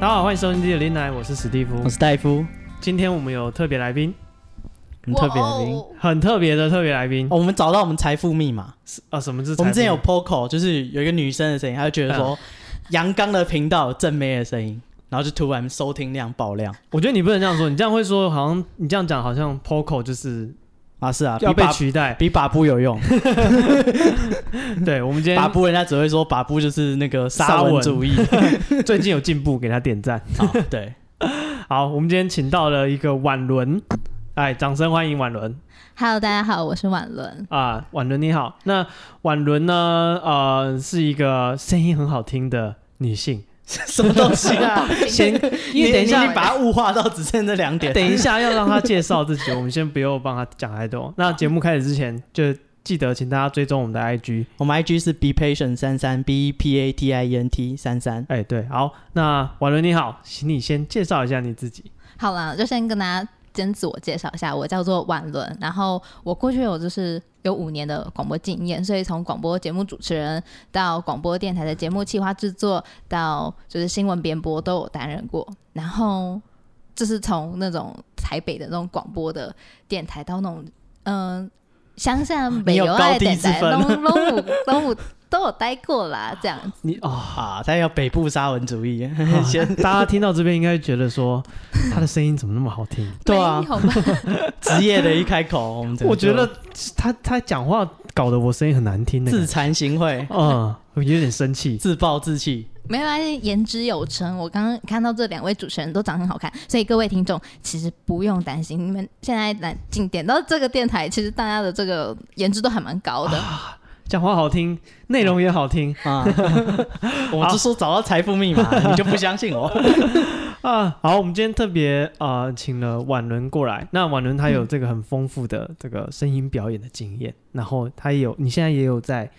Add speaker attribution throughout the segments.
Speaker 1: 大家好，欢迎收听《的林来》，我是史蒂夫
Speaker 2: 我。是戴夫，
Speaker 1: 今天我们有特别来宾，
Speaker 2: 很特别的音。
Speaker 1: 很特别的特别来宾
Speaker 2: 哦，我们找到我们财富密码。
Speaker 1: 啊！什么是财富？
Speaker 2: 我们之前有 POCO，就是有一个女生的声音，她就觉得说阳刚的频道有正妹的声音，然后就突然收听量爆量
Speaker 1: 我觉得你不能这样说，你这样会说好像你这样讲好像 POCO 就是
Speaker 2: 啊！是啊，比
Speaker 1: 要被
Speaker 2: 把
Speaker 1: 取 代。
Speaker 2: 比把布有用，
Speaker 1: 对，我们今
Speaker 2: 把
Speaker 1: 天
Speaker 2: 布人家只会说把布就是那个
Speaker 1: 沙
Speaker 2: 沙文
Speaker 1: 文
Speaker 2: 主义。
Speaker 1: 最近有进步，给他点赞。
Speaker 2: 好，对，
Speaker 1: 好，我们今天请到了一个婉伦，哎，掌声欢迎婉伦
Speaker 3: Hello，大家好，我是婉伦。
Speaker 1: 啊！婉伦你好，那婉伦呢？呃，是一个声音很好听的女性。
Speaker 2: 什么东西 啊？
Speaker 1: 先，因
Speaker 2: 你
Speaker 1: 为等一
Speaker 2: 你已
Speaker 1: 下
Speaker 2: 经把它物化到只剩这两点。
Speaker 1: 等一下要让他介绍 自己，我们先不用帮他讲太多。那节目开始之前，就记得请大家追踪我们的 IG。
Speaker 2: 我们 IG 是 be patient 三三 b e p a t i e n t 三三。
Speaker 1: 哎，对，好，那婉伦你好，请你先介绍一下你自己。
Speaker 3: 好啦，就先跟大家先自我介绍一下，我叫做婉伦。然后我过去有就是有五年的广播经验，所以从广播节目主持人到广播电台的节目企划制作，到就是新闻编播都有担任过。然后就是从那种台北的那种广播的电台到那种嗯、乡下
Speaker 2: 你
Speaker 3: 美
Speaker 2: 有
Speaker 3: 游
Speaker 2: 高
Speaker 3: 爱
Speaker 2: 低
Speaker 3: 电
Speaker 2: 之
Speaker 3: 台，
Speaker 2: 分
Speaker 3: 东东武东武都有待过啦，这样子。
Speaker 1: 你哦，
Speaker 2: 啊，但要北部沙文主义，先
Speaker 1: 大家听到这边应该觉得说，他的声音怎么那么好听？
Speaker 2: 对啊
Speaker 3: 没，有吧
Speaker 2: 职业的一开口，我们整个
Speaker 1: 我觉得他他讲话搞得我声音很难听
Speaker 2: 就
Speaker 1: 的
Speaker 2: 自
Speaker 1: 感觉。
Speaker 2: 惭形秽、
Speaker 1: 嗯，我有点生气。
Speaker 2: 自暴自弃。
Speaker 3: 没有啊，言之有成。我刚刚看到这两位主持人都长得很好看，所以各位听众其实不用担心，你们现在来进点到这个电台，其实大家的这个颜值都还蛮高的。
Speaker 1: 啊讲话好听，内容也好听
Speaker 2: 啊！ 我就说找到财富密码，你就不相信我。
Speaker 1: 啊。好，我们今天特别啊、呃请了婉伦过来。那婉伦她有这个很丰富的这个声音表演的经验，然后她也有，你现在也有在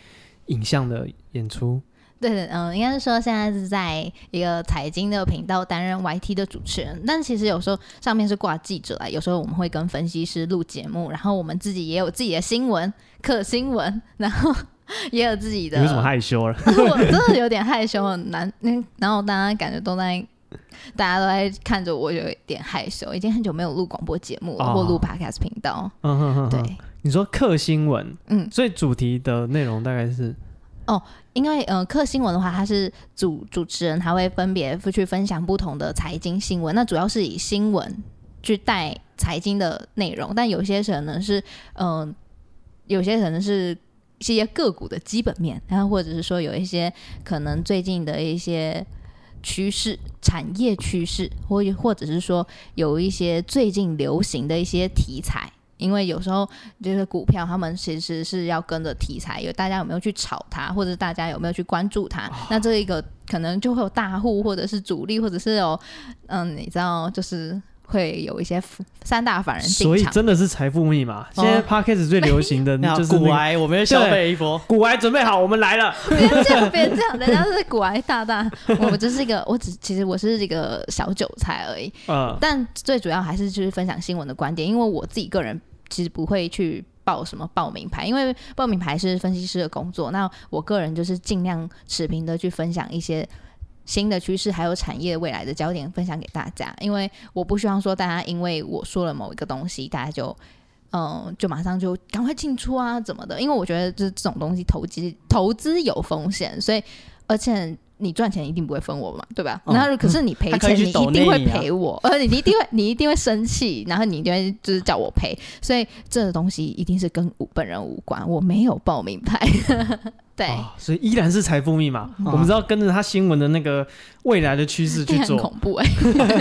Speaker 1: 影像的演出。
Speaker 3: 对的，嗯，应该是说现在是在一个财经的频道担任 YT 的主持人，但其实有时候上面是挂记者啊，有时候我们会跟分析师录节目，然后我们自己也有自己的新闻可新闻，然后 也有自己
Speaker 1: 你
Speaker 3: 的
Speaker 1: 为什么害羞了？
Speaker 3: 我真的有点害羞，很难。 嗯然后大家感觉都在，大家都在看着我，有一点害羞。已经很久没有录广播节目了，
Speaker 1: 哦
Speaker 3: 或录 podcast 频道。
Speaker 1: 嗯哼哼哼
Speaker 3: 对，
Speaker 1: 你说克新闻，
Speaker 3: 嗯，
Speaker 1: 所以主题的内容大概是
Speaker 3: 因为呃，课新闻的话，它是主主持人，他会分别去分享不同的财经新闻。那主要是以新闻去带财经的内容，但有些可能是嗯、呃有些可能是一些个股的基本面，然后或者是说有一些可能最近的一些趋势、产业趋势，或或者是说有一些最近流行的一些题材。因为有时候就是股票，他们其实是要跟着题材，有大家有没有去炒它，或者大家有没有去关注它？
Speaker 1: 啊
Speaker 3: 那这一个可能就会有大户，或者是主力，或者是有嗯，你知道，就是会有一些三大法人嗯进
Speaker 1: 所以
Speaker 3: 场。哦
Speaker 1: 真的是财富密码。现在 podcast 最流行 的
Speaker 2: 那
Speaker 1: 就是那
Speaker 2: 古
Speaker 1: 个
Speaker 2: 癌，我们又消费一波。
Speaker 1: 古玩准备好，我们来了。
Speaker 3: 别这样，别这样，人家是古埃大大，我我就是一个，我只其实我是一个小韭菜而已。
Speaker 1: 呃，
Speaker 3: 但最主要还是就是分享新闻的观点，因为我自己个人其实不会去报什么报名牌，因为报名牌是分析师的工作。那我个人就是尽量持平的去分享一些。新的趋势还有产业未来的焦点分享给大家，因为我不希望说大家因为我说了某一个东西，大家就嗯就马上就赶快进出啊怎么的？因为我觉得这这种东西投机投资有风险，所以而且你赚钱一定不会分我嘛，对吧？
Speaker 2: 嗯
Speaker 3: 那、可是你赔
Speaker 2: 他可以
Speaker 3: 钱，
Speaker 2: 去
Speaker 3: 你
Speaker 2: 抖
Speaker 3: 一定
Speaker 2: 内
Speaker 3: 会
Speaker 2: 你啊
Speaker 3: 赔我，而你一定会你一定会生气，然后你就会就是叫我赔，所以这个东西一定是跟我本人无关，我没有报名牌。 对，
Speaker 1: 哦所以依然是财富密码。
Speaker 2: 嗯
Speaker 1: 我们只要跟着他新闻的那个未来的趋势
Speaker 3: 这
Speaker 1: 去
Speaker 3: 很
Speaker 1: 做，
Speaker 3: 恐怖 哎、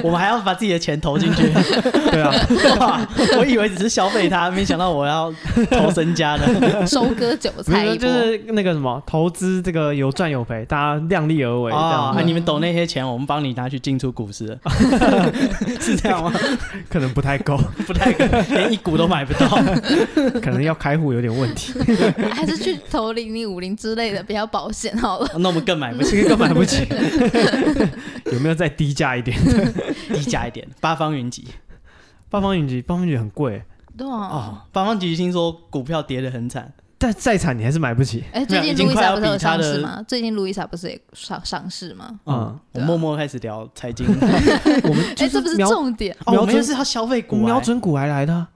Speaker 2: 我们还要把自己的钱投进 去。
Speaker 1: 对啊，
Speaker 2: 哇我以为只是消费它，没想到我要投身家 的。
Speaker 3: 收割韭菜
Speaker 1: 没
Speaker 3: 一
Speaker 1: 有就
Speaker 3: 波。
Speaker 1: 是那个什么投资，这个有赚有赔，大家量力而为这
Speaker 2: 哦
Speaker 1: 样。
Speaker 2: 啊，
Speaker 1: 子
Speaker 2: 你们懂那些钱，我们帮你拿去进出股市，是这样吗？
Speaker 1: 可能不太够，
Speaker 2: 不太可能，连一股都买不到。
Speaker 1: 可能要开户有点问 题，
Speaker 3: 还是去投零零五零之类的比较保险好了。
Speaker 2: 那我们更买不起，
Speaker 1: 这个买不起。有没有再低价一点？
Speaker 2: 低 价一点。八方云集
Speaker 1: 八方云集，八方云集很贵
Speaker 3: 对啊，
Speaker 2: 哦哦，八方云集听说股票跌得很惨，
Speaker 1: 但再惨你还是买不起。
Speaker 3: 哎，
Speaker 2: 没
Speaker 3: 最
Speaker 2: 有
Speaker 3: 近
Speaker 2: 已经
Speaker 3: 路易
Speaker 2: 快
Speaker 3: 莎
Speaker 2: 要
Speaker 3: 不是有
Speaker 2: 比他
Speaker 3: 上
Speaker 2: 的
Speaker 3: 市吗？最近路易莎不是也上上市吗？
Speaker 1: 嗯
Speaker 2: 嗯，我
Speaker 3: 对啊
Speaker 2: 默默开始聊财经，
Speaker 1: 我们就
Speaker 3: 哎，这不是
Speaker 1: 瞄
Speaker 3: 重点。
Speaker 2: 哦，
Speaker 1: 瞄
Speaker 2: 我们就
Speaker 1: 准
Speaker 2: 是要消费
Speaker 1: 我
Speaker 2: 股
Speaker 1: 们
Speaker 2: 啊，
Speaker 1: 瞄准股癌来的啊。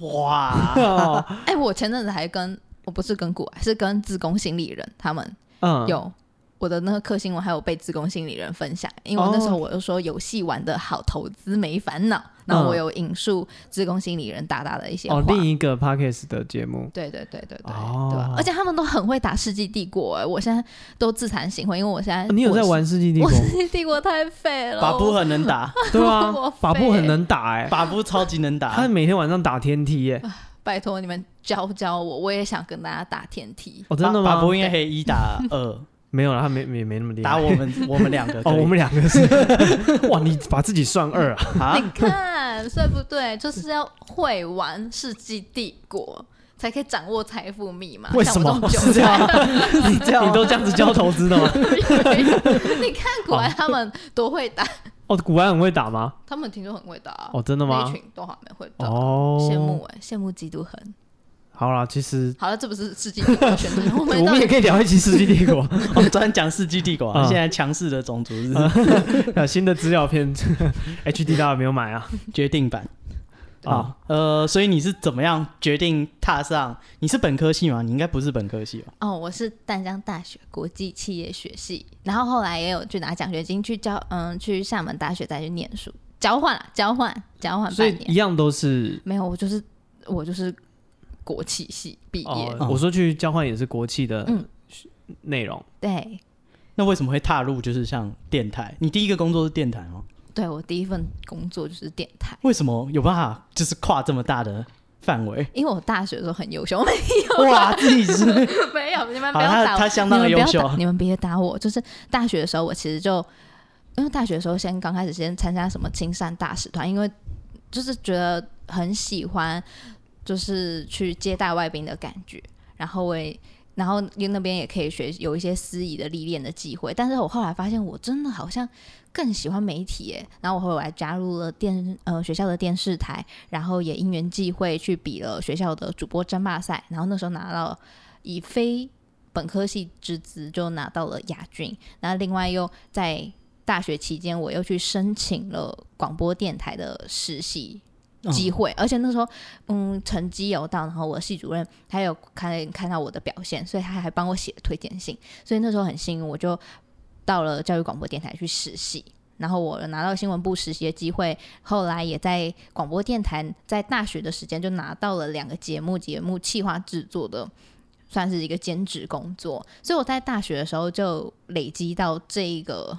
Speaker 2: 哇，
Speaker 1: 哦
Speaker 3: 哎，我前阵子还跟我不是跟古玩，是跟自工心理人他们
Speaker 1: 嗯，
Speaker 3: 有我的那个课新闻，还有被自工心理人分享，因为
Speaker 1: 哦
Speaker 3: 我那时候我就说游戏玩的好，投资没烦恼。然后我有引述自工心理人大大的一些话。
Speaker 1: 哦，另一个 podcast 的节目，
Speaker 3: 对对对对对，
Speaker 1: 哦
Speaker 3: 对吧？而且他们都很会打《世纪帝国、哎我现在都自惭形秽，因为我现在、
Speaker 1: 哦你有在
Speaker 3: 哎我
Speaker 1: 玩《世纪帝
Speaker 3: 我
Speaker 1: 国》
Speaker 3: 世纪帝国太废了，
Speaker 2: 把布
Speaker 3: 我
Speaker 2: 很能打，
Speaker 1: 对啊
Speaker 3: 我，
Speaker 1: 把布很
Speaker 3: 废
Speaker 1: 能打哎，
Speaker 2: 把布超级能
Speaker 1: 他
Speaker 2: 打，
Speaker 1: 每天晚上打天梯哎耶。
Speaker 3: 拜托你们教教我，我也想跟大家打 天梯。
Speaker 1: 哦，真的
Speaker 2: 把
Speaker 1: 吗？
Speaker 2: 布应该可以一打二，
Speaker 1: 没有了，他没没没那么厉害。
Speaker 2: 打我 们我们两个 可
Speaker 1: 哦，
Speaker 2: 以，
Speaker 1: 我们两个是哇，你把自己算二啊？
Speaker 2: 啊
Speaker 3: 你看对不对？就是要会玩《世纪帝国》。才可以掌握财富密码，
Speaker 1: 为
Speaker 3: 像
Speaker 1: 什
Speaker 3: 我
Speaker 1: 么
Speaker 3: 这
Speaker 1: 是
Speaker 3: 种韭
Speaker 1: 这
Speaker 3: 菜
Speaker 1: 样？ 你这样你都这样子教投资的吗？
Speaker 3: 你看古玩他们多会打，
Speaker 1: 哦，古玩很会打吗？
Speaker 3: 他们听说很会打啊，
Speaker 1: 哦，真的
Speaker 3: 那一
Speaker 1: 吗？
Speaker 3: 群都还没会打，
Speaker 1: 哦，
Speaker 3: 羡慕哎，羡慕嫉妒恨。
Speaker 1: 好啦，其实
Speaker 3: 好了，这不是世纪帝国选 择，我
Speaker 1: 我
Speaker 3: 们到
Speaker 1: 们也
Speaker 3: 底
Speaker 1: 可以聊一期《世纪帝国》
Speaker 2: 我们专讲世纪帝国啊，
Speaker 1: 嗯
Speaker 2: 现在强势的种族是
Speaker 3: 嗯
Speaker 1: 啊，新的资料片 ，HD 大家有没有买啊？
Speaker 2: 决定版
Speaker 1: 啊
Speaker 3: 嗯
Speaker 2: 啊，呃，所以你是怎么样决定踏上？你是本科系吗？你应该不是本科系吧？
Speaker 3: 哦，我是淡江大学国际企业学系，然后后来也有去拿奖学金去交，嗯，去厦门大学再去念书，交换啦，交换，交换
Speaker 1: 所以
Speaker 3: 半
Speaker 1: 一
Speaker 3: 年，
Speaker 1: 样都是
Speaker 3: 没有，我就是我就是国企系毕业，
Speaker 1: 哦，我说去交换也是国企的
Speaker 3: 嗯
Speaker 1: 内容。
Speaker 3: 对，
Speaker 2: 那为什么会踏入就是像电台？你第一个工作是电台吗？
Speaker 3: 对我第一份工作就是电台。
Speaker 2: 为什么有办法就是跨这么大的范 围？
Speaker 3: 因为我大学的时候很优秀，我没
Speaker 2: 哇，自己是
Speaker 3: 没有，你们
Speaker 2: 好，
Speaker 3: 不要打
Speaker 2: 他
Speaker 3: 我
Speaker 2: 他相
Speaker 3: 你
Speaker 2: 当的
Speaker 3: 们不
Speaker 2: 优
Speaker 3: 要
Speaker 2: 秀啊
Speaker 3: 打，，你们别打我。就是大学的时候，我其实就因为大学的时候先刚开始先参加什么青山大使团，因为就是觉得很喜欢，就是去接待外宾的感觉。然后我也，然后因为那边也可以学有一些司仪的历练的机会。但是我后来发现，我真的好像更喜欢媒体耶。然后我后来加入了电呃学校的电视台，然后也因缘际会去比了学校的主播争霸赛，然后那时候拿到以非本科系之资就拿到了亚军，然后另外又在大学期间，我又去申请了广播电台的实习
Speaker 2: 嗯
Speaker 3: 机会，而且那时候嗯成绩有到，然后我的系主任他有看看到我的表现，所以他还帮我写了推荐信，所以那时候很幸运，我就到了教育广播电台去实习。然后我拿到新闻部实习的机会，后来也在广播电台，在大学的时间就拿到了两个节目节目企划制作的算是一个兼职工作，所以我在大学的时候就累积到这一个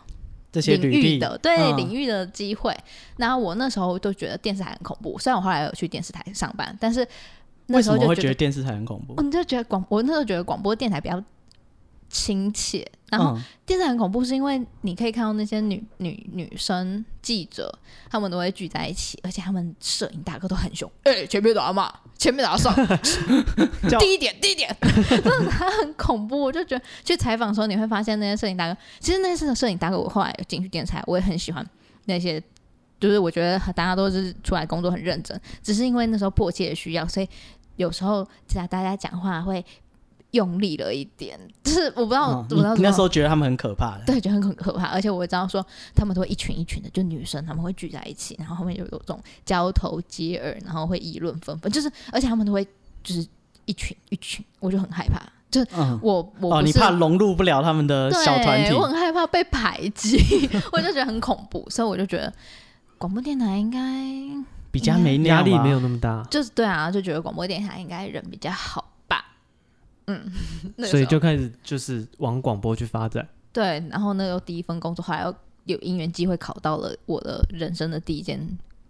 Speaker 2: 这些
Speaker 3: 领
Speaker 2: 履
Speaker 3: 域
Speaker 2: 历
Speaker 3: 的对
Speaker 2: 嗯
Speaker 3: 领域的机会。然后我那时候就觉得电视台很恐怖，虽然我后来有去电视台上班，但是那
Speaker 2: 为什
Speaker 3: 时候
Speaker 2: 么
Speaker 3: 就
Speaker 2: 会
Speaker 3: 觉
Speaker 2: 觉
Speaker 3: 得嗯
Speaker 2: 得，电视台很恐怖
Speaker 3: 我？你就觉得广，我那时候觉得广播电台比较亲切，然后
Speaker 2: 嗯
Speaker 3: 电视台很恐怖，是因为你可以看到那些女女女生记者，她们都会聚在一起，而且她们摄影大哥都很凶，哎、前面打嘛，前面打上，
Speaker 2: 叫
Speaker 3: 低一点，低一点， 真的他很恐怖。我就觉得去采访的时候，你会发现那些摄影大哥，其实那些摄影大哥，我后来有进去电视台，我也很喜欢那些。就是我觉得大家都是出来工作很认真，只是因为那时候迫切的需要，所以有时候大大家讲话会用力了一点。就是我不知道，我
Speaker 2: 嗯
Speaker 3: 不
Speaker 2: 你
Speaker 3: 知
Speaker 2: 你
Speaker 3: 道哦怎么
Speaker 2: 那时候觉得他们很可怕的，
Speaker 3: 对，就很很可怕。而且我知道说，他们都会一群一群的，就女生他们会聚在一起，然后后面有有这种交头接耳，然后会议论纷纷，就是而且他们都会就是一群一群，我就很害怕。就是
Speaker 2: 嗯，
Speaker 3: 我我
Speaker 2: 哦，
Speaker 3: 不
Speaker 2: 你
Speaker 3: 是、
Speaker 2: 怕融入不了他们的
Speaker 3: 对，
Speaker 2: 小团体
Speaker 3: 我，很害怕被排挤， 我就觉得很恐怖，所以我就觉得广播电台应该
Speaker 2: 比较没那样
Speaker 1: 压力
Speaker 2: 吗
Speaker 1: 没有那么大，
Speaker 3: 就是对啊，就觉得广播电台应该人比较好吧。嗯， 那个
Speaker 1: 所以
Speaker 3: 时候
Speaker 1: 就开始就是往广播去发展。
Speaker 3: 对，然后呢，又第一份工作，后来又有因缘机会考到了我的人生的第一间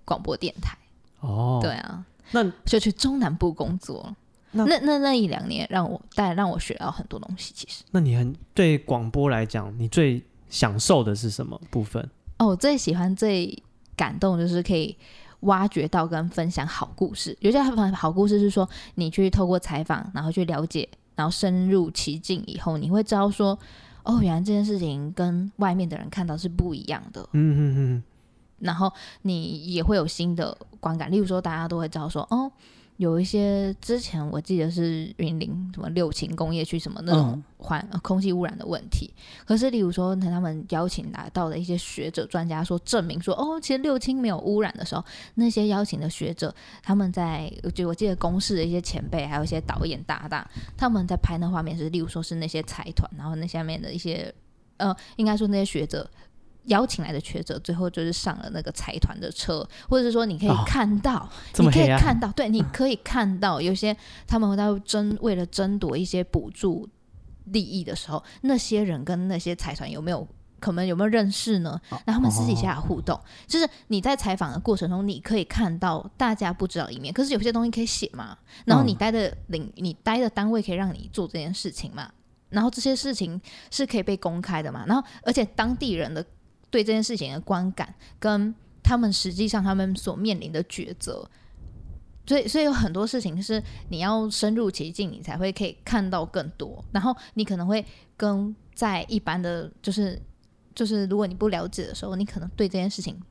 Speaker 3: 广播电台。
Speaker 1: 哦，
Speaker 3: 对，啊，
Speaker 1: 那
Speaker 3: 就去中南部工作。
Speaker 1: 那
Speaker 3: 那那那一两年，让我但让我学到很多东西。其实，
Speaker 1: 那你很对广播来讲，你最享受的是什么部分？
Speaker 3: 哦，我最喜欢、最感动就是可以挖掘到跟分享好故事。有些好故事是说，你去透过采访，然后去了解，然后深入其境以后，你会知道说，哦，原来这件事情跟外面的人看到是不一样的。
Speaker 1: 嗯嗯嗯，
Speaker 3: 然后你也会有新的观感。例如说，大家都会知道说，哦，有一些之前我记得是云林什么六轻工业区什么那种
Speaker 2: 嗯
Speaker 3: 环、呃空气污染的问题，可是例如说他们邀请来到的一些学者专家说证明说哦，其实六轻没有污染的时候，那些邀请的学者他们在就我记得公视的一些前辈还有一些导演大大他们在拍那画面是例如说是那些财团，然后那下面的一些呃应该说那些学者。邀请来的学者最后就是上了那个财团的车，或者是说你可以
Speaker 2: 哦
Speaker 3: 看到
Speaker 2: 这么
Speaker 3: 你可以
Speaker 2: 黑啊暗
Speaker 3: 看到，对，你可以看到有些他们在争为了争夺一些补助利益的时候，那些人跟那些财团有没有？可能有没有认识呢？那他们私底下的互动，就是你在采访的过程中，你可以看到大家不知道的一面。可是有些东西可以写嘛，然后你
Speaker 2: 嗯
Speaker 3: 待的领，你待的单位可以让你做这件事情嘛，然后这些事情是可以被公开的嘛。然后，而且当地人的对这件事情的观感，跟他们实际上他们所面临的抉择，所以，所以有很多事情是你要深入其境，你才会可以看到更多。然后你可能会跟在一般的，就是就是，如果你不了解的时候，你可能对这件事情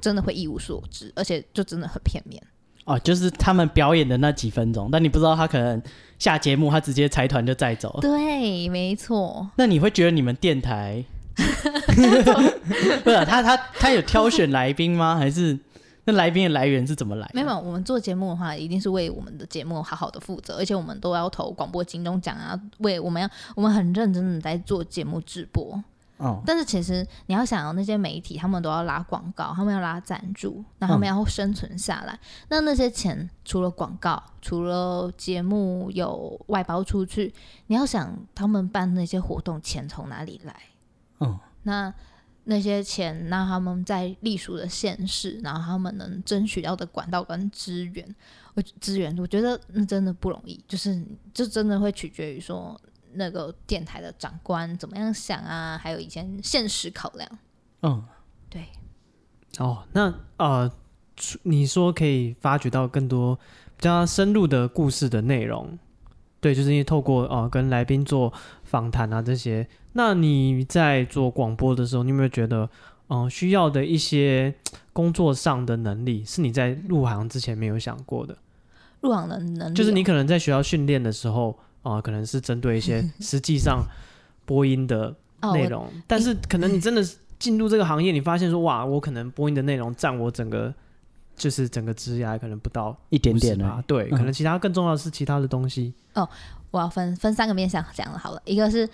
Speaker 3: 真的会一无所知，而且就真的很片面。
Speaker 2: 哦，就是他们表演的那几分钟，但你不知道他可能下节目他直接财团就载走。
Speaker 3: 对，没错，
Speaker 2: 那你会觉得你们电 台不是啊他他他有挑选来宾吗？ 还是那来宾的来源是怎么来的？
Speaker 3: 没有，我们做节目的话，一定是为我们的节目好好的负责，而且我们都要投广播金钟奖啊，为我们要我们很认真的在做节目直播。
Speaker 2: 哦，
Speaker 3: 但是其实你要想，那些媒体他们都要拉广告，他们要拉赞助，那他们要生存下来。那那些钱除了广告，除了节目有外包出去，你要想他们办那些活动，钱从哪里来？
Speaker 2: 嗯，
Speaker 3: 那那些钱，那他们在隶属的县市，然后他们能争取到的管道跟资源，我资源，我觉得那真的不容易，就是这真的会取决于说那个电台的长官怎么样想啊，还有以前现实考量。
Speaker 2: 嗯，
Speaker 3: 对，
Speaker 1: 哦，那呃，除你说可以发掘到更多比较深入的故事的内容，对，就是因为透过呃跟来宾做访谈啊这些。那你在做广播的时候，你有没有觉得，嗯、需要的一些工作上的能力是你在入行之前没有想过的？
Speaker 3: 入行的能力
Speaker 1: 就是你
Speaker 3: 哦
Speaker 1: 可能在学校训练的时候，啊、可能是针对一些实际上播音的
Speaker 3: 哦，
Speaker 1: 内
Speaker 3: 我嗯
Speaker 1: 容，但是可能你真的是进入这个行业，你发现说哇，我可能播音的内容占我整个就是整个职涯可能不到
Speaker 2: 一点点
Speaker 1: 啊
Speaker 2: 啊，，
Speaker 1: 对，
Speaker 2: 嗯
Speaker 1: 可能其他更重要的是其他的东西，
Speaker 3: 我要分分三个面向讲了好了，一个是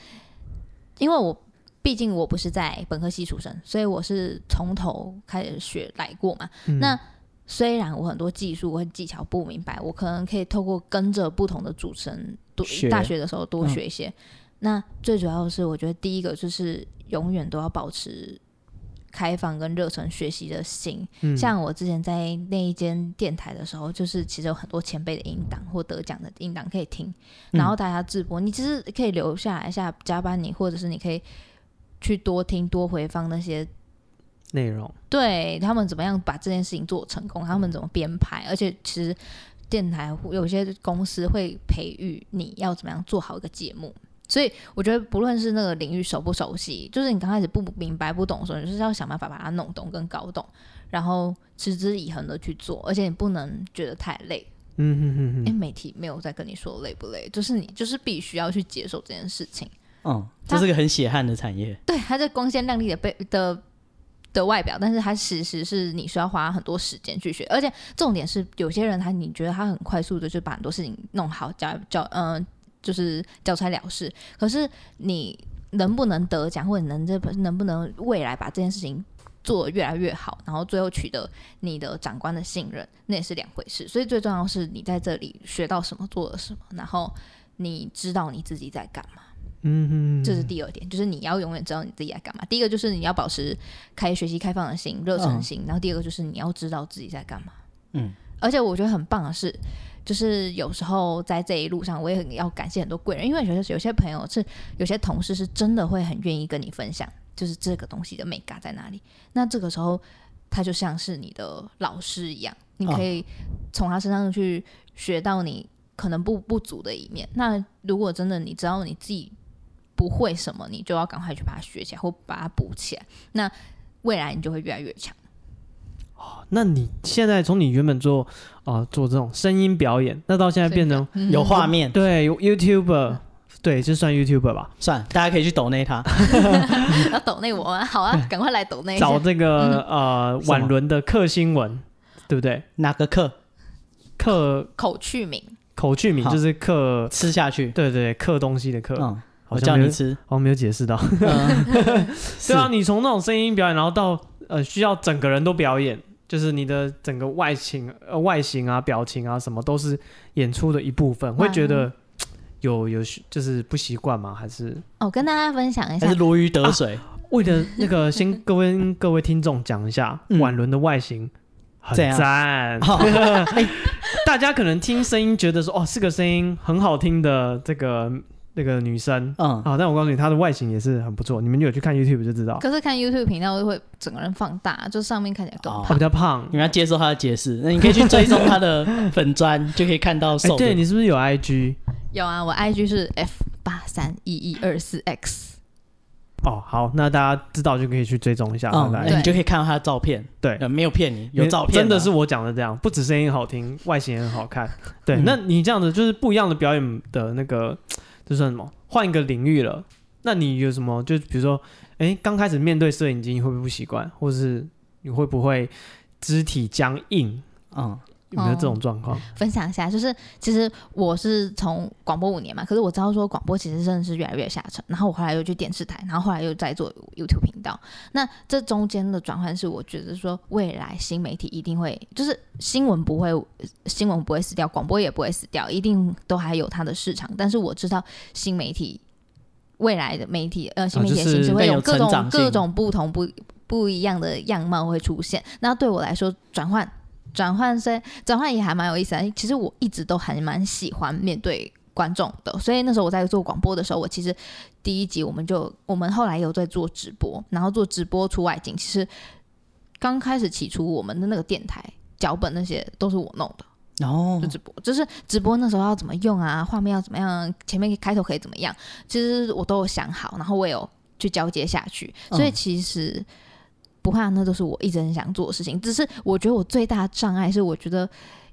Speaker 3: 因为我毕竟我不是在本科系出身，所以我是从头开始学来过嘛。
Speaker 2: 嗯
Speaker 3: 那虽然我很多技术和技巧不明白，我可能可以透过跟着不同的主持人读
Speaker 2: 学
Speaker 3: 大学的时候多
Speaker 2: 嗯
Speaker 3: 学一些。那最主要的是，我觉得第一个就是永远都要保持开放跟热忱学习的心，
Speaker 1: 嗯
Speaker 3: 像我之前在那一间电台的时候，就是其实有很多前辈的音档或得奖的音档可以听，
Speaker 2: 嗯
Speaker 3: 然后大家直播，你其实可以留下来下加班你，或者是你可以去多听多回放那些
Speaker 1: 内容，
Speaker 3: 对他们怎么样把这件事情做成功，他们怎么编排，而且其实电台有些公司会培育你要怎么样做好一个节目。所以我觉得，不论是那个领域熟不熟悉，就是你刚开始不明白、不懂的时候，你就是要想办法把它弄懂跟搞懂，然后持之以恒的去做，而且你不能觉得太累。
Speaker 1: 嗯哼哼哼
Speaker 3: 因为媒体没有在跟你说累不累，就是你就是必须要去接受这件事情。
Speaker 2: 嗯，这是个很血汗的产业。
Speaker 3: 对，它这光鲜亮丽的背的的外表，但是它其实是你需要花很多时间去学，而且重点是有些人他你觉得他很快速的就把很多事情弄好，交交嗯、就是交差了事，可是你能不能得奖，或者能这能不能未来把这件事情。做得越来越好，然后最后取得你的长官的信任，那也是两回事。所以最重要的是你在这里学到什么，做了什么，然后你知道你自己在干嘛。
Speaker 1: 嗯哼
Speaker 3: 这是第二点，就是你要永远知道你自己在干嘛。第一个就是你要保持开学习开放的心、热忱心，然后第二个就是你要知道自己在干嘛。
Speaker 2: 嗯，
Speaker 3: 而且我觉得很棒的是，就是有时候在这一路上，我也很要感谢很多贵人，因为有些有些朋友是有些同事是真的会很愿意跟你分享，就是这个东西的美感在哪里。那这个时候，他就像是你的老师一样，你可以从他身上去学到你可能不不足的一面。那如果真的你知道你自己不会什么，你就要赶快去把它学起来或把它补起来。那未来你就会越来越强。
Speaker 1: 哦那你现在从你原本做啊、做这种声音表演，那到现在变成
Speaker 3: 嗯
Speaker 2: 有画面
Speaker 1: 对 YouTuber，对，这算 YouTuber 吧？
Speaker 2: 算，大家可以去抖内他。
Speaker 3: 要抖内我吗？好
Speaker 2: 嗯
Speaker 3: 啊，赶快来抖内一下。嗯
Speaker 1: 找这个呃
Speaker 2: 什么
Speaker 1: 婉伦的克星文，对不对？
Speaker 2: 哪个课
Speaker 1: 克
Speaker 3: 口趣名，
Speaker 1: 口趣名
Speaker 2: 好
Speaker 1: 就是克，
Speaker 2: 吃下去？
Speaker 1: 对对对，克东西的克，
Speaker 2: 嗯，
Speaker 1: 好
Speaker 2: 我
Speaker 1: 像
Speaker 2: 叫
Speaker 1: 没
Speaker 2: 你
Speaker 1: 有，
Speaker 2: 吃。
Speaker 1: 好像哦没有解 释到。
Speaker 2: 嗯
Speaker 1: 对啊，，你从那种声音表演，然后到呃需要整个人都表演，就是你的整个外形、呃外形啊、表情啊什么都是演出的一部分，会觉得有有就是不习惯吗？还是
Speaker 3: 哦，跟大家分享一
Speaker 2: 是还
Speaker 3: 下
Speaker 2: 是。如鱼得水。
Speaker 1: 为了那个先各位跟各位听众讲一下，
Speaker 2: 嗯
Speaker 1: 婉伦的外形。很
Speaker 2: 怎样
Speaker 1: 赞，
Speaker 2: 啊 哎
Speaker 1: 大家可能听声音觉得说，哦，是个声音很好听的这个那个女生
Speaker 2: 嗯，
Speaker 1: 啊，但我告诉你，她的外形也是很不错，你们有去看 YouTube 就知道，
Speaker 3: 可是看 YouTube 频道会整个人放大，就上面看起来更
Speaker 2: 哦
Speaker 1: 她比较胖
Speaker 2: 你，们要接受他的解释，那你可以去追踪他的粉砖，就可以看到
Speaker 1: 哎、
Speaker 2: 瘦的。嗯
Speaker 1: 对你是不是有 IG？
Speaker 3: 有啊，我 IG 是 F 八三一一二四 X，
Speaker 1: 哦，好，那大家知道就可以去追踪一下。
Speaker 2: 嗯，
Speaker 1: 大概
Speaker 2: 哎
Speaker 3: 对
Speaker 2: 你就可以看到他的照片。
Speaker 1: 对
Speaker 2: 呃没有骗你，有照片啊，
Speaker 1: 真的是我讲的这样，不止声音好听，外形也很好看。对，
Speaker 2: 嗯
Speaker 1: 那你这样子就是不一样的表演的那个，这算什么？换一个领域了。那你有什么？就比如说，哎、刚开始面对摄影机，你会不会不习惯，或是你会不会肢体僵硬？
Speaker 2: 嗯，
Speaker 1: 有没有
Speaker 3: 哦
Speaker 1: 这种状况？
Speaker 3: 分享一下，就是其实我是从广播五年嘛，可是我知道说广播其实真的是越来越下沉，然后我后来又去电视台，然后后来又在做 YouTube 频道，那这中间的转换是我觉得说未来新媒体一定会，就是新闻不会新闻不会死掉，广播也不会死掉，一定都还有它的市场，但是我知道新媒体未来的媒体
Speaker 2: 啊
Speaker 3: 呃新媒体的
Speaker 1: 就是
Speaker 3: 形式会
Speaker 2: 更有
Speaker 3: 有各
Speaker 2: 成长性
Speaker 3: 种各种不同不不一样的样貌会出现，那对我来说转换。转换虽转换也还蛮有意思的。其实我一直都还蛮喜欢面对观众的，所以那时候我在做广播的时候，我其实第一集我们就我们后来有在做直播，然后做直播出外景。其实刚开始起初我们的那个电台脚本那些都是我弄的，
Speaker 2: 然后
Speaker 3: 就直播，就是直播那时候要怎么用啊，画面要怎么样，前面开头可以怎么样，其实我都有想好，然后我也有去交接下去，
Speaker 2: 嗯
Speaker 3: 所以其实不怕，那都是我一直很想做的事情。只是我觉得我最大的障碍是，我觉得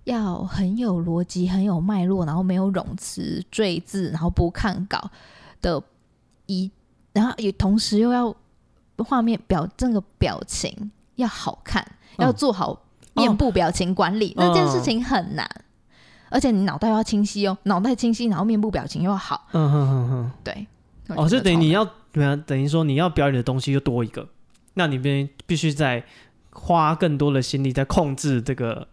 Speaker 3: 要很有逻辑、很有脉络，然后没有冗词赘字，然后不看稿的一，然后也同时又要画面表这个表情要好看，
Speaker 2: 嗯
Speaker 3: 要做好面部表情管理，
Speaker 1: 哦
Speaker 3: 那件事情很难。而且你脑袋要清晰哦，脑袋清晰，然后面部表情又要好，
Speaker 1: 嗯哼哼哼。
Speaker 3: 对。
Speaker 1: 哦，就等于
Speaker 3: 于
Speaker 1: 你要对啊，等于说你要表演的东西又多一个，那你必必须在花更多的心力在控制这个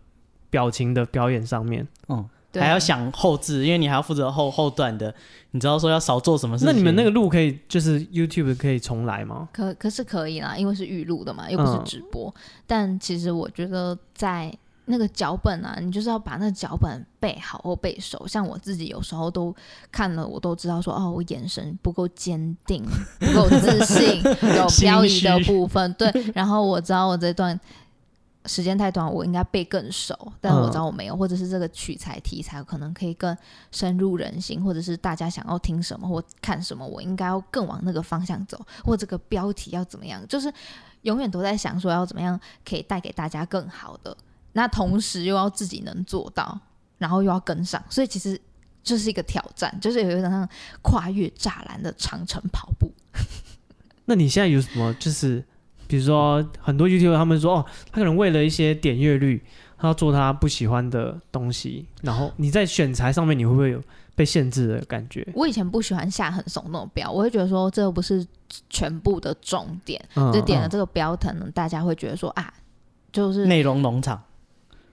Speaker 1: 表情的表演上面。
Speaker 3: 对啊
Speaker 2: 还要想后置，因为你还要负责后后段的，你知道说要少做什么事情。
Speaker 1: 那你们那个路可以就是 YouTube 可以重来吗？
Speaker 3: 可可是可以啦，因为是预录的嘛，又不是
Speaker 1: 嗯
Speaker 3: 直播。但其实我觉得在那个脚本啊，你就是要把那个脚本背好或背熟。像我自己有时候都看了，我都知道说，哦，我眼神不够坚定，不够 自信，有漂移的
Speaker 2: 心虚
Speaker 3: 部 分。对，然后我知道我这段。时间太短，我应该背更熟，但我知道我没有，或者是这个取材题材可能可以更深入人心，或者是大家想要听什么或看什么，我应该要更往那个方向走，或这个标题要怎么样，就是永远都在想说要怎么样可以带给大家更好的，那同时又要自己能做到，然后又要跟上，所以其实这是一个挑战，就是有一点像跨越栅栏的长城跑步。
Speaker 1: 那你现在有什么就是，比如说很多 YouTube 他们说哦，他可能为了一些点阅率，他要做他不喜欢的东西，然后你在选材上面你会不会有被限制的感觉？
Speaker 3: 我以前不喜欢下很耸动的标，我会觉得说这又不是全部的重点，
Speaker 1: 嗯
Speaker 3: 就点了这个标，可能大家会觉得说啊，就是
Speaker 2: 内容农场，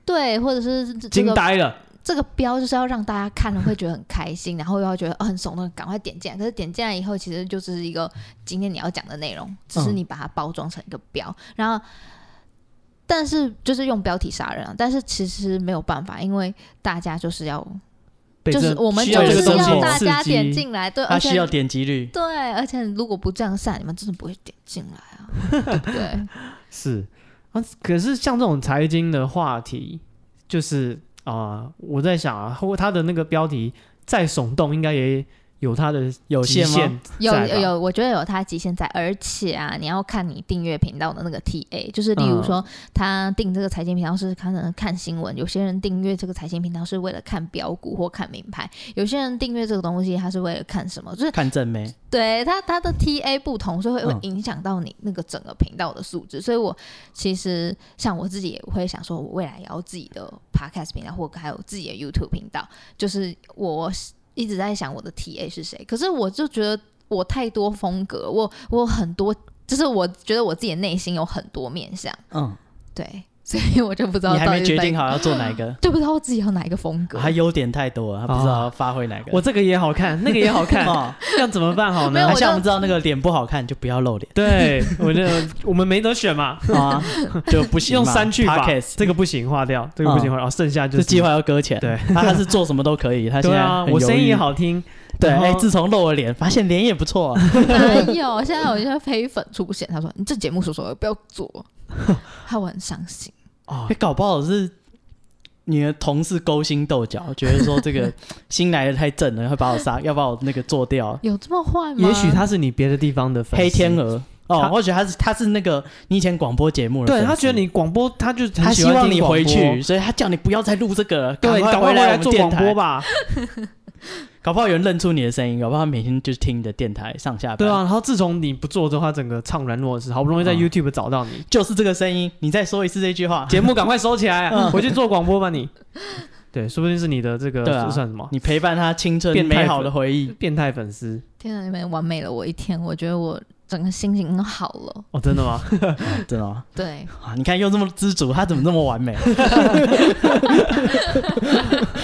Speaker 3: 对，或者是这
Speaker 1: 惊
Speaker 3: 个
Speaker 1: 呆了，
Speaker 3: 这个标就是要让大家看了会觉得很开心，然后又要觉得、哦、很耸动，赶快点进来。可是点进来以后，其实就只是一个今天你要讲的内容，只
Speaker 1: 嗯
Speaker 3: 是你把它包装成一个标，然后。但是就是用标题杀人啊，但是其实没有办法，因为大家就是要，
Speaker 1: 被
Speaker 3: 就是
Speaker 1: 这
Speaker 3: 我们
Speaker 1: 需
Speaker 3: 就
Speaker 1: 要这
Speaker 3: 是
Speaker 1: 个东西
Speaker 3: 要大家
Speaker 1: 刺激
Speaker 3: 点进来，对，
Speaker 2: 它
Speaker 3: 呃而
Speaker 2: 需要
Speaker 3: 且
Speaker 2: 点击率。
Speaker 3: 对，而且如果不这样晒，你们真的不会点进来啊，对不对？
Speaker 1: 是啊，可是像这种财经的话题，就是啊、我在想啊，或他的那个标题再耸动，应该也有它的
Speaker 2: 有
Speaker 1: 极
Speaker 2: 限吗
Speaker 1: 限
Speaker 3: 有
Speaker 1: 在
Speaker 3: 有
Speaker 1: 吧
Speaker 3: 有，我觉得有它极限在，而且啊，你要看你订阅频道的那个 TA，就是例如
Speaker 1: 嗯
Speaker 3: 说他订这个财经频道是可能看新闻，有些人订阅这个财经频道是为了看标股或看名牌，有些人订阅这个东西他是为了看什么，就是
Speaker 2: 看正妹，
Speaker 3: 对它它的 TA 不同，所以会
Speaker 2: 嗯
Speaker 3: 会影响到你那个整个频道的素质。所以我其实像我自己也会想说，我未来也要自己的 podcast 频道，或还有自己的 YouTube 频道，就是我一直在想我的 TA 是谁。可是我就觉得我太多风格，我我有很多，就是我觉得我自己的内心有很多面向，
Speaker 2: 嗯，
Speaker 3: 对，所以我就不知道
Speaker 2: 你还
Speaker 3: 到
Speaker 2: 没
Speaker 3: 底是
Speaker 2: 决
Speaker 3: 在，
Speaker 2: 定，好要做哪一 个
Speaker 3: 就不知道我自己有哪一个风格。
Speaker 2: 他优点太多了，他不知道要发挥哪个。
Speaker 1: 我这个也好看，那个也好看，
Speaker 2: 哦，
Speaker 1: 要怎么办好
Speaker 3: 没
Speaker 1: 呢
Speaker 2: 那？
Speaker 3: 有我就
Speaker 2: 像我们知道那个脸不好看就不要露脸
Speaker 1: 对，我就我们没得选嘛，
Speaker 2: 啊，就不行嘛。
Speaker 1: 用删去法
Speaker 2: Podcast，，哦
Speaker 1: 这个不行划掉，这个不行划掉，剩下就
Speaker 2: 这
Speaker 1: 是
Speaker 2: 计划要搁浅。
Speaker 1: 对，
Speaker 2: 他他是做什么都可以，他现
Speaker 1: 对
Speaker 2: 在
Speaker 1: 啊，
Speaker 2: 很
Speaker 1: 我声
Speaker 2: 犹
Speaker 1: 音
Speaker 2: 豫
Speaker 1: 也。好听，
Speaker 2: 对，
Speaker 1: 然后
Speaker 2: 哎，自从露了脸，发现脸也不错 啊。
Speaker 3: 没有，现在有一些黑粉出现，他说你这节目说说不要做，害我很伤心。
Speaker 1: 哦
Speaker 2: 哎，搞不好是你的同事勾心斗角，觉得说 这个新来的太正了，会把我杀，要把我那个做掉。
Speaker 3: 有这么坏吗？
Speaker 1: 也许他是你别的地方的粉丝
Speaker 2: 黑天。鹅哦
Speaker 1: 他，
Speaker 2: 或许他是他是那个你以前广播节目的粉
Speaker 1: 对
Speaker 2: 丝，
Speaker 1: 他觉得你广播，他就
Speaker 2: 他
Speaker 1: 很
Speaker 2: 希
Speaker 1: 欢
Speaker 2: 望
Speaker 1: 听
Speaker 2: 你
Speaker 1: 广
Speaker 2: 回
Speaker 1: 播
Speaker 2: 去，，所以他叫你不要再录这个了，
Speaker 1: 对，
Speaker 2: 赶
Speaker 1: 赶快
Speaker 2: 来
Speaker 1: 来
Speaker 2: 我们
Speaker 1: 做
Speaker 2: 电
Speaker 1: 广
Speaker 2: 台
Speaker 1: 播。吧。
Speaker 2: 搞不好有人认出你的声音，搞不好他每天就是听你的电台上下班。
Speaker 1: 对啊，，然后自从你不做之后，他整个怅然若失，好不容易在
Speaker 2: 嗯
Speaker 1: YouTube 找到你，
Speaker 2: 就是这个声音。你再说一次这句 话，
Speaker 1: 节目赶快收起来啊，
Speaker 2: 嗯
Speaker 1: 回去做广播吧 你。对，说不定是你的这个
Speaker 2: 对啊
Speaker 1: 这算什么
Speaker 2: 你陪伴他青春
Speaker 1: 变态
Speaker 2: 美好的回忆。
Speaker 1: 变态粉丝
Speaker 3: 天啊，你们完美了我一天，我觉得我整个心情好了。
Speaker 1: 哦，真的吗？
Speaker 2: 真的吗？
Speaker 3: 对，
Speaker 2: 啊，你看又这么知足，他怎么这么 完美？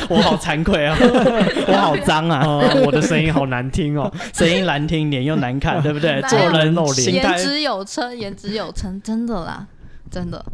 Speaker 2: 我好惭 愧啊，我好脏 啊，
Speaker 1: 哦，我的声音好难听哦，
Speaker 2: 声音难听，脸又难 看，对不对？
Speaker 3: 哪有
Speaker 2: 做人
Speaker 1: 露脸
Speaker 2: 心
Speaker 3: 颜
Speaker 2: 态
Speaker 3: 值有称，颜值有称，真的啦，真的，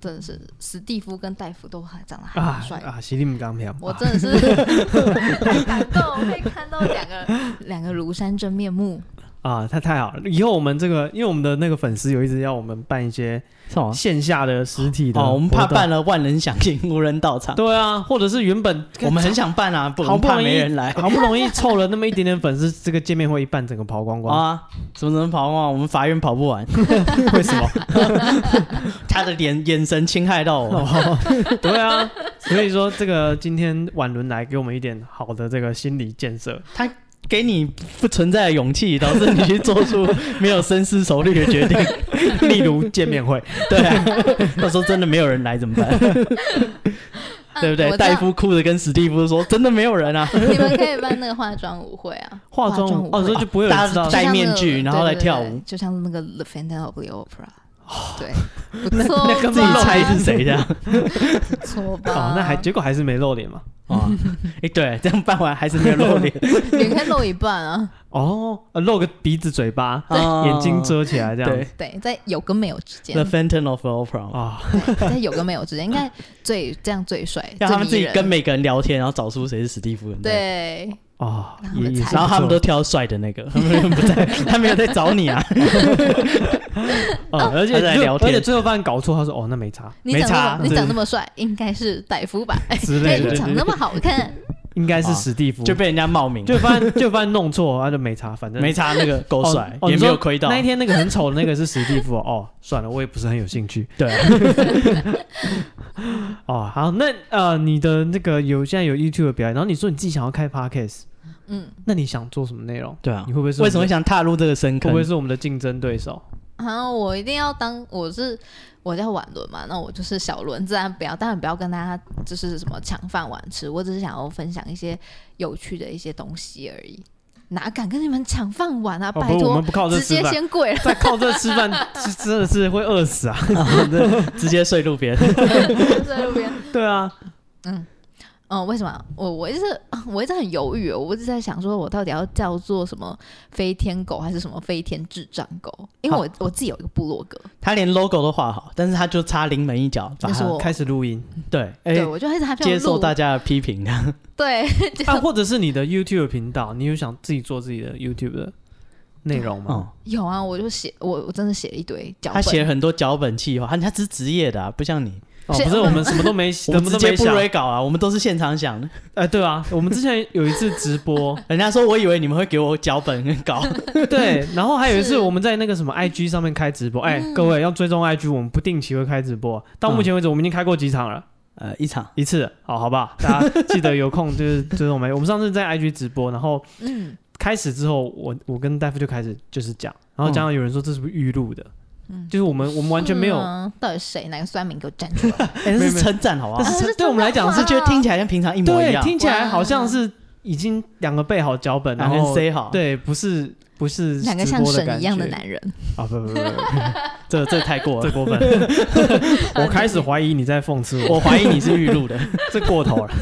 Speaker 3: 真的是史蒂夫跟戴夫都还长得 还
Speaker 1: 啊
Speaker 3: 蛮帅的。
Speaker 1: 啊，喜力姆刚票，
Speaker 3: 我真的是很感动，可以看到两个两个庐山真面目。
Speaker 1: 啊，他太好了！以后我们这个，因为我们的那个粉丝有一直要我们办一些
Speaker 2: 什么？
Speaker 1: 线下的实体的，
Speaker 2: 哦，我们怕办，了万人响应，无人到场。
Speaker 1: 对啊，或者是原本
Speaker 2: 我们很想办啊，不
Speaker 1: 好不
Speaker 2: 怕
Speaker 1: 容易
Speaker 2: 没人来。
Speaker 1: 好不容易凑了那么一点点粉丝，这个见面会一半整个跑光光，
Speaker 2: 啊，怎么怎么跑啊？我们法院跑不完，
Speaker 1: 为什么？
Speaker 2: 他的脸眼神侵害到我。
Speaker 1: 对啊，所以说这个今天婉伦来给我们一点好的这个心理建设，
Speaker 2: 给你不存在的勇气，导致你去做出没有深思熟虑的决定。
Speaker 1: 例如见面会，
Speaker 2: 对啊，到时候真的没有人来怎么办？
Speaker 3: 啊
Speaker 2: 对不对？
Speaker 3: 我知道
Speaker 2: 戴夫哭着跟史蒂夫说：“真的没有人啊
Speaker 3: 你们可以办那个化妆舞会啊，
Speaker 1: 化妆
Speaker 3: 妆
Speaker 1: 舞哦，所
Speaker 3: 会
Speaker 1: 以就不会有人知道
Speaker 2: 大家戴面具然后来跳舞，
Speaker 3: 就像那个对对对就像那个 The Phantom of the Opera，对，哦不错吧，
Speaker 1: 那根！”
Speaker 2: 自
Speaker 1: 本
Speaker 2: 己猜是谁这样
Speaker 3: 不错吧？
Speaker 1: 哦，那还结果还是没露脸嘛？
Speaker 2: 啊？哎，对，这样办完还是没有露脸，
Speaker 3: 你可以露一半啊，
Speaker 1: 哦，呃露个鼻子、嘴 巴、
Speaker 2: 啊
Speaker 1: 眼睛。遮起来这样
Speaker 2: 对
Speaker 1: 子
Speaker 3: 对，在有跟没有之间
Speaker 2: ，The，Phantom of the Opera，嘛
Speaker 1: 啊，
Speaker 3: 对在有跟没有之间，应该最这样最帅，
Speaker 2: 让他们自
Speaker 3: 最
Speaker 2: 己
Speaker 3: 迷人
Speaker 2: 跟每个人聊天，然后找出谁是史蒂夫。不，
Speaker 3: 对，
Speaker 1: 哦，
Speaker 3: 让他
Speaker 1: 也
Speaker 3: 们
Speaker 1: 也
Speaker 3: 猜
Speaker 1: 是
Speaker 2: 然后他们
Speaker 1: 不
Speaker 2: 都
Speaker 1: 错
Speaker 2: 挑帅的那个， 他们不在，他没有在找你 啊。
Speaker 1: 哦，而且
Speaker 2: 他在
Speaker 1: 就
Speaker 2: 聊
Speaker 1: 而且
Speaker 2: 天
Speaker 1: 最后发现搞错，他说哦那没差
Speaker 3: 你
Speaker 2: 没
Speaker 3: 长那
Speaker 2: 差
Speaker 3: 么你长
Speaker 1: 对
Speaker 3: 那么帅，应该是戴夫吧？
Speaker 1: 之类
Speaker 3: 对
Speaker 1: 的
Speaker 3: 你，长那么好看，
Speaker 1: 应该是史蒂夫，
Speaker 2: 哦就被人家冒名，就啊
Speaker 1: 就发现 就发现弄错，他就没差，反正
Speaker 2: 没差那个够
Speaker 1: 哦
Speaker 2: 帅，
Speaker 1: 哦
Speaker 2: 也
Speaker 1: 你
Speaker 2: 没有
Speaker 1: 说
Speaker 2: 亏到。
Speaker 1: 那一天那个很丑的那个是史蒂 夫哦，哦算了，我也不是很有兴趣
Speaker 2: 对，啊
Speaker 1: 哦。好，那呃，你的那个有现在有 YouTube 的表演，然后你说你自己想要开 Podcast，
Speaker 3: 嗯，
Speaker 1: 那你想做什么内容？
Speaker 2: 对啊
Speaker 1: 你，会不会是
Speaker 2: 为什
Speaker 1: 我
Speaker 2: 么会
Speaker 1: 们的
Speaker 2: 想踏入这个深
Speaker 1: 会
Speaker 2: 坑？
Speaker 1: 不会是我们的竞争对手？
Speaker 3: 然后啊我一定要当我是我叫婉伦嘛，那我就是小伦，自然不要，当然不要跟大家就是什么抢饭碗吃，我只是想要分享一些有趣的一些东西而已，哪敢跟你们抢饭碗啊！
Speaker 1: 哦，
Speaker 3: 拜
Speaker 1: 不是，我
Speaker 3: 托
Speaker 1: 们，不靠这
Speaker 3: 直
Speaker 1: 吃
Speaker 3: 接
Speaker 1: 饭，
Speaker 3: 先跪了。
Speaker 1: 再靠这吃饭， 是真的是会饿死啊！
Speaker 2: 直接睡路 边？
Speaker 3: 在路边。
Speaker 1: 对啊，
Speaker 3: 嗯，为什么我我一直我一直很犹豫哦，我一直在想说，我到底要叫做什么飞天狗还是什么飞天智障狗？因为我我自己有一个部落格，
Speaker 2: 他连 logo 都画好，但是他就差临门一脚把
Speaker 3: 那是
Speaker 2: 它
Speaker 3: 我
Speaker 1: 啊开始录 音
Speaker 2: 对，哎
Speaker 3: 对，我就一直还没有
Speaker 2: 接受
Speaker 3: 录
Speaker 2: 大家的批评。
Speaker 3: 对，
Speaker 1: 啊，或者是你的 YouTube 频道，你有想自己做自己的 YouTube 的内容吗？
Speaker 2: 嗯，
Speaker 3: 有啊，我就写我我真的写了一堆脚
Speaker 2: 他
Speaker 3: 本，
Speaker 2: 写了很多脚本计划，他他是职业的啊，不像你
Speaker 1: 哦，
Speaker 3: 是
Speaker 1: 不是我们什么都没，
Speaker 2: 我
Speaker 1: 什
Speaker 2: 们
Speaker 1: 么
Speaker 2: 直
Speaker 1: 都
Speaker 2: 接
Speaker 1: 没
Speaker 2: 不
Speaker 1: 想。
Speaker 2: re 稿啊，我们都是现场想的。
Speaker 1: 哎，对啊，我们之前有一次直播，
Speaker 2: 人家说我以为你们会给我脚本跟稿，
Speaker 1: 对，然后还有一次
Speaker 3: 是嗯
Speaker 1: 我们在那个什么 IG 上面开直播，哎，各位要追踪 IG，我们不定期会开直播。到目前为止，我们已经开过几场了，
Speaker 2: 呃，一场
Speaker 1: 一次，好好 吧，大家记得有空就是追踪我们。我们上次在 IG 直播，然后
Speaker 3: 嗯，
Speaker 1: 开始之后，我我跟大夫就开始就是讲，然后讲到有人说这是不是预录的，就是我们我们完全没有，
Speaker 3: 嗯是吗嗯到底谁哪个酸民给我站 出来？
Speaker 2: 哎，那
Speaker 1: 没有
Speaker 2: 是称赞好不好
Speaker 1: 但？
Speaker 3: 啊
Speaker 1: 是
Speaker 3: 是
Speaker 1: 对我们来讲
Speaker 2: 我
Speaker 1: 是
Speaker 2: 是觉得听起来跟平常一模一
Speaker 1: 对，
Speaker 2: 样，
Speaker 1: 听起来好像是已经两个备好脚本，然
Speaker 2: 两个人
Speaker 1: 后
Speaker 2: say 好，，
Speaker 1: 对，不是不是
Speaker 3: 两个
Speaker 1: 直
Speaker 3: 像
Speaker 1: 播的
Speaker 3: 神
Speaker 1: 感
Speaker 3: 一样的
Speaker 1: 觉
Speaker 3: 男人，
Speaker 1: 啊，不不不不，
Speaker 2: 这这太过
Speaker 1: 这
Speaker 2: 了，
Speaker 1: 过分，我开始怀疑你在讽刺我，
Speaker 2: 我怀疑你是预录的，
Speaker 1: 这过头了。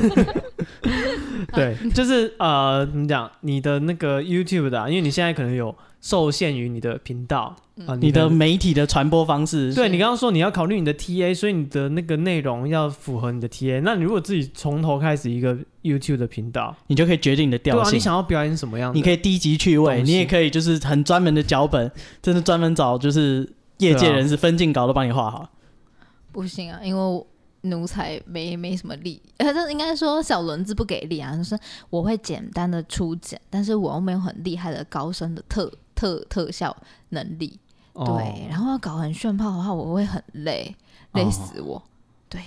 Speaker 1: 对，就是呃，怎么讲？你的那个 YouTube 的啊、因为你现在可能有受限于你的频道啊、
Speaker 2: 你
Speaker 1: 可
Speaker 2: 的
Speaker 1: 能
Speaker 2: 媒体的传播方式，
Speaker 1: 对啊你刚刚说你要考虑你的 TA，所以你的那个内容要符合你的 TA。那你如果自己从头开始一个 YouTube 的频道，
Speaker 2: 你就可以决定你的
Speaker 1: 对
Speaker 2: 调
Speaker 1: 啊，你
Speaker 2: 性。
Speaker 1: 想要表演什么样的？
Speaker 2: 你可以低级趣味，
Speaker 1: 东西
Speaker 2: 你也可以就是很专门的脚本，真的专门找就是业界人士分镜稿都帮你画好。
Speaker 3: 不行啊，因为奴才没没什么力， 呃，这应该说小轮子不给力啊，就是我会简单的初剪，但是我又没有很厉害的高深的特特特效能力，
Speaker 1: 哦
Speaker 3: 对，然后要搞很炫炮的话，我会很累，累死
Speaker 1: 哦
Speaker 3: 我，对。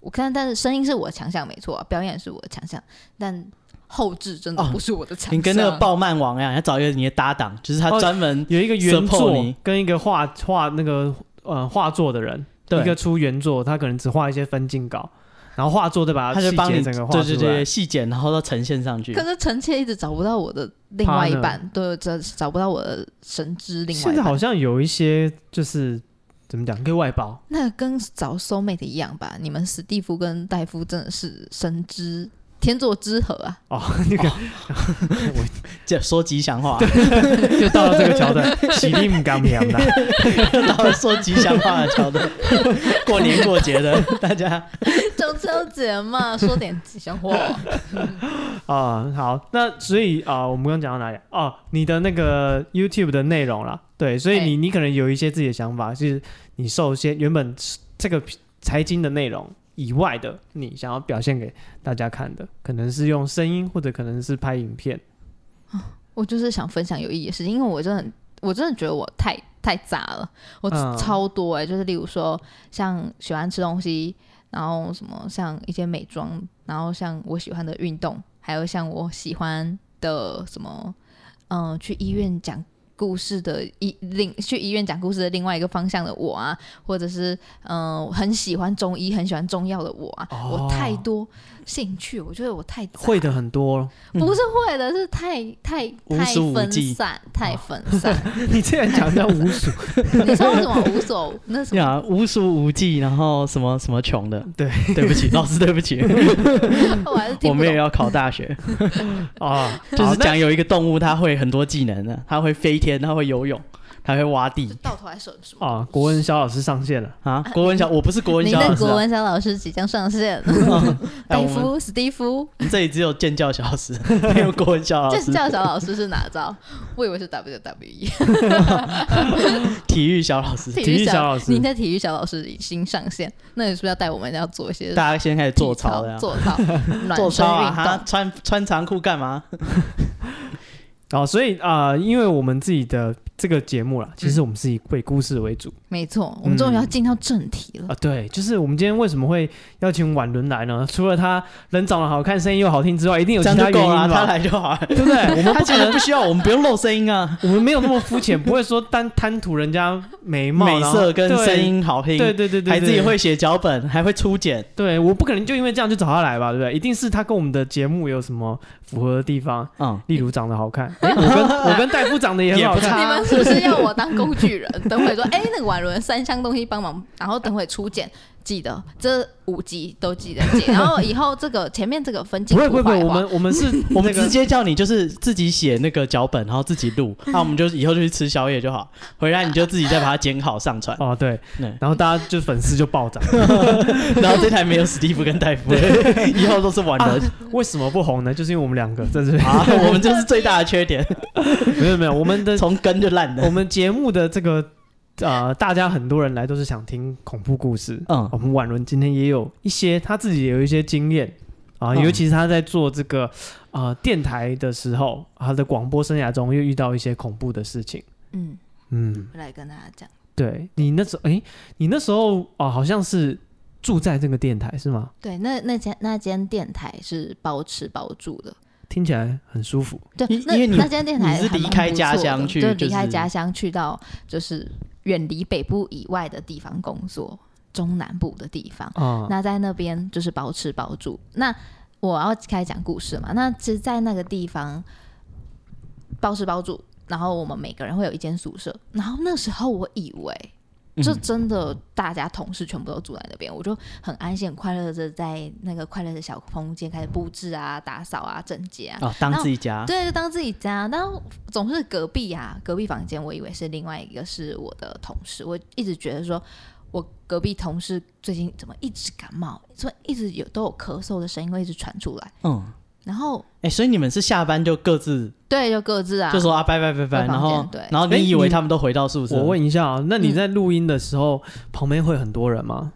Speaker 3: 我看，但是声音是我的强项，没错啊、表演是我的强项，但后置真的
Speaker 2: 哦
Speaker 3: 不是我的强项。
Speaker 2: 你跟那个爆漫王一样，要找一个你的搭档，就是他
Speaker 1: 哦
Speaker 2: 专门
Speaker 1: 有一个原
Speaker 2: support
Speaker 1: 作
Speaker 2: 你
Speaker 1: 跟一个画画那个呃画作的人，
Speaker 2: 对
Speaker 1: 一个出原作，他可能只画一些分镜稿，然后画作再把
Speaker 2: 他就
Speaker 1: 细
Speaker 2: 帮
Speaker 1: 节
Speaker 2: 你
Speaker 1: 整个画出
Speaker 2: 对
Speaker 1: 来。
Speaker 2: 对对细剪，然后到呈现上去
Speaker 3: 可。是臣妾一直找不到我的另外一半，对，找找不到我的神之另外
Speaker 1: 现
Speaker 3: 一
Speaker 1: 在好
Speaker 3: 半。
Speaker 1: 像有一些就是怎么讲，可以外 包。
Speaker 3: 那跟找 soul mate 一样吧？你们史蒂夫跟戴夫真的是神之天作之合啊！
Speaker 1: 哦，那个、
Speaker 2: 这说吉祥话，
Speaker 1: 又到了这个桥 段，喜力不甘平 啦。
Speaker 2: 然后说吉祥话的桥段，过年过节的大家
Speaker 3: 中秋节嘛，说点吉祥话。
Speaker 1: 啊、好，那所以啊、我们刚刚讲到哪里？哦，你的那个 YouTube 的内容啦，对，所以你、
Speaker 3: 哎
Speaker 1: 你可能有一些自己的想法，就是你受限原本这个财经的内容以外的，你想要表现给大家看的，可能是用声音，或者可能是拍影片。
Speaker 3: 我就是想分享有意义的事情，因为我真的很，我真的觉得我太太杂了，我
Speaker 1: 嗯
Speaker 3: 超多哎、就是例如说像喜欢吃东西，然后什么像一些美妆，然后像我喜欢的运动，还有像我喜欢的什么，嗯、去医院讲。故事的一另去医院讲故事的另外一个方向的我啊，或者是嗯、呃很喜欢中医、很喜欢中药的我啊，
Speaker 1: 哦
Speaker 3: 我太多兴趣，我觉得我太杂
Speaker 1: 会的很多，
Speaker 2: 嗯
Speaker 3: 不是会的，是太太
Speaker 2: 无
Speaker 3: 太
Speaker 2: 所无
Speaker 3: 分
Speaker 2: 忌
Speaker 3: 散，太分散。
Speaker 1: 你这样讲叫无数。
Speaker 3: 你说为什么无所那什么？
Speaker 2: 呀无数无际，然后什么什么穷的，
Speaker 1: 对，
Speaker 2: 对不起，老师对不起，
Speaker 3: 我还是听
Speaker 2: 我
Speaker 3: 不
Speaker 2: 没有
Speaker 3: 懂。
Speaker 2: 要考大学。
Speaker 1: 啊，
Speaker 2: 就
Speaker 1: 好
Speaker 2: 是讲有一个动物，它会很多技能的，它会飞天，它会游泳，它会挖
Speaker 3: 就
Speaker 2: 地
Speaker 3: 到头来是什
Speaker 1: 那
Speaker 3: 么？
Speaker 1: 啊，国文小老师上线了，
Speaker 2: 啊。国文小我不是国文
Speaker 3: 您
Speaker 2: 小老
Speaker 3: 的
Speaker 2: 师、
Speaker 3: 国
Speaker 2: 啊，
Speaker 3: 文小老师即将上线，
Speaker 2: 哎，
Speaker 3: 戴
Speaker 2: 我们
Speaker 3: 夫、史蒂夫，
Speaker 2: 这里只有建教小老师， 没有国文小老
Speaker 3: 这
Speaker 2: 师，
Speaker 3: 教小老师是哪招？我以为是 E WWE
Speaker 2: 体育小老师。
Speaker 1: 体育小老师
Speaker 3: 您的体育小老师已经上线，那你是不是要带我们要做一些
Speaker 2: 大家先开始做
Speaker 3: 体
Speaker 2: 操了呀，
Speaker 3: 做操、
Speaker 2: 做
Speaker 3: 暖身
Speaker 2: 操啊！
Speaker 3: 运
Speaker 2: 他
Speaker 3: 动？
Speaker 2: 穿穿长裤干嘛？
Speaker 1: 哦，所以啊、因为我们自己的这个节
Speaker 2: 嗯
Speaker 1: 目啦，其实我们是以鬼故事为主。
Speaker 3: 没错，我们终于要进到正题了。
Speaker 1: 啊，对，就是我们今天为什么会邀请婉伦来呢？ 除了她人长得好看，声音又好听之外，一定有
Speaker 2: 这
Speaker 1: 其
Speaker 2: 样
Speaker 1: 他
Speaker 2: 就
Speaker 1: 原
Speaker 2: 够
Speaker 1: 因
Speaker 2: 了啊，
Speaker 1: 吧？
Speaker 2: 他来就好了。
Speaker 1: 对不对？我们
Speaker 2: 他
Speaker 1: 不
Speaker 2: 其
Speaker 1: 可
Speaker 2: 实
Speaker 1: 能，
Speaker 2: 不需要，我们不用露声 音啊，
Speaker 1: 我们没有那么肤 浅，不会说单贪图人家美貌、
Speaker 2: 美
Speaker 1: 然后
Speaker 2: 色跟声，音好听，
Speaker 1: 对对对对对，
Speaker 2: 还自己
Speaker 1: 对。
Speaker 2: 会写脚本，还会初剪。
Speaker 1: 对，我不可能就因为这样就找她来吧，对不对？一定是她跟我们的节目有什么符合的地方，
Speaker 2: 嗯，
Speaker 1: 例如长得好看。诶我跟 我跟戴夫长得也很
Speaker 2: 也
Speaker 1: 好
Speaker 2: 不
Speaker 1: 看，
Speaker 3: 你
Speaker 2: 差
Speaker 3: 们是不是要我当工具人？ 等会说，哎、那个婉伦三箱东西帮忙，然后等会初检记得这五集都记得记，然后以后这个前面这个分镜
Speaker 1: 不会不会不会，
Speaker 3: 图
Speaker 1: 我
Speaker 3: 画画
Speaker 1: 们我们是
Speaker 2: 我们
Speaker 1: 那个，
Speaker 2: 直接叫你就是自己写那个脚本，然后自己 录，那我们就以后就去吃宵夜就好，回来你就自己再把它剪好上 传
Speaker 1: 哦对
Speaker 2: 对，
Speaker 1: 然后大家就粉丝就暴 涨。
Speaker 2: 然后这台没有史蒂夫跟戴 夫，以后都是玩人
Speaker 1: 为什么不红呢？就是因为我们两个在这里，
Speaker 2: 啊，我们这是最大的缺点，
Speaker 1: 没有没有，我们的
Speaker 2: 从根就烂
Speaker 1: 我
Speaker 2: 的。
Speaker 1: 们节目的这个呃，大家很多人来都是想听恐怖故事。
Speaker 2: 嗯
Speaker 1: 我们婉伦今天也有一些他自己也有一些经验啊，
Speaker 2: 嗯
Speaker 1: 尤其是他在做这个呃电台的时候，他的广播生涯中又遇到一些恐怖的事情。
Speaker 3: 嗯，
Speaker 1: 嗯，
Speaker 3: 回来跟大家讲，
Speaker 1: 对你那时候，诶，你那时候啊、好像是住在这个电台是吗？
Speaker 3: 对，那那间那间电台是包吃包住的，
Speaker 1: 听起来很舒服。
Speaker 3: 对
Speaker 2: 因，
Speaker 3: 那
Speaker 2: 因为你
Speaker 3: 那间电台
Speaker 2: 你是
Speaker 3: 还蛮
Speaker 2: 离开家
Speaker 3: 不错的
Speaker 2: 乡去
Speaker 3: 对，
Speaker 2: 就
Speaker 3: 离开
Speaker 2: 是
Speaker 3: 家乡去到就是远离北部以外的地方工作，中南部的地方。
Speaker 1: 啊、
Speaker 3: 那在那边就是包吃包住。那我要开始讲故事嘛？那其实，在那个地方包吃包住，然后我们每个人会有一间宿舍。然后那时候我以为，就
Speaker 2: 嗯
Speaker 3: 真的大家同事全部都住在那边，我就很安心、很快乐的在那个快乐的小空间开始布置啊、打扫啊、整洁啊。
Speaker 2: 啊，当自己家，
Speaker 3: 对，就当自己家，但总是隔壁啊，隔壁房间，我以为是另外一个是我的同事，我一直觉得说，我隔壁同事最近怎么一直感冒，所以一直有都有咳嗽的声音会一直传出来，
Speaker 2: 嗯，
Speaker 3: 然后
Speaker 2: 哎，所以你们是下班就各自
Speaker 3: 对，就各自啊，
Speaker 2: 就说啊拜拜拜拜，
Speaker 3: 回房间
Speaker 2: 然后
Speaker 3: 对
Speaker 2: 然后
Speaker 1: 诶
Speaker 2: 你以为
Speaker 1: 你
Speaker 2: 他们都回到宿舍？
Speaker 1: 我问一下啊，那你
Speaker 3: 嗯
Speaker 1: 在录音的时候、旁边会很多人吗？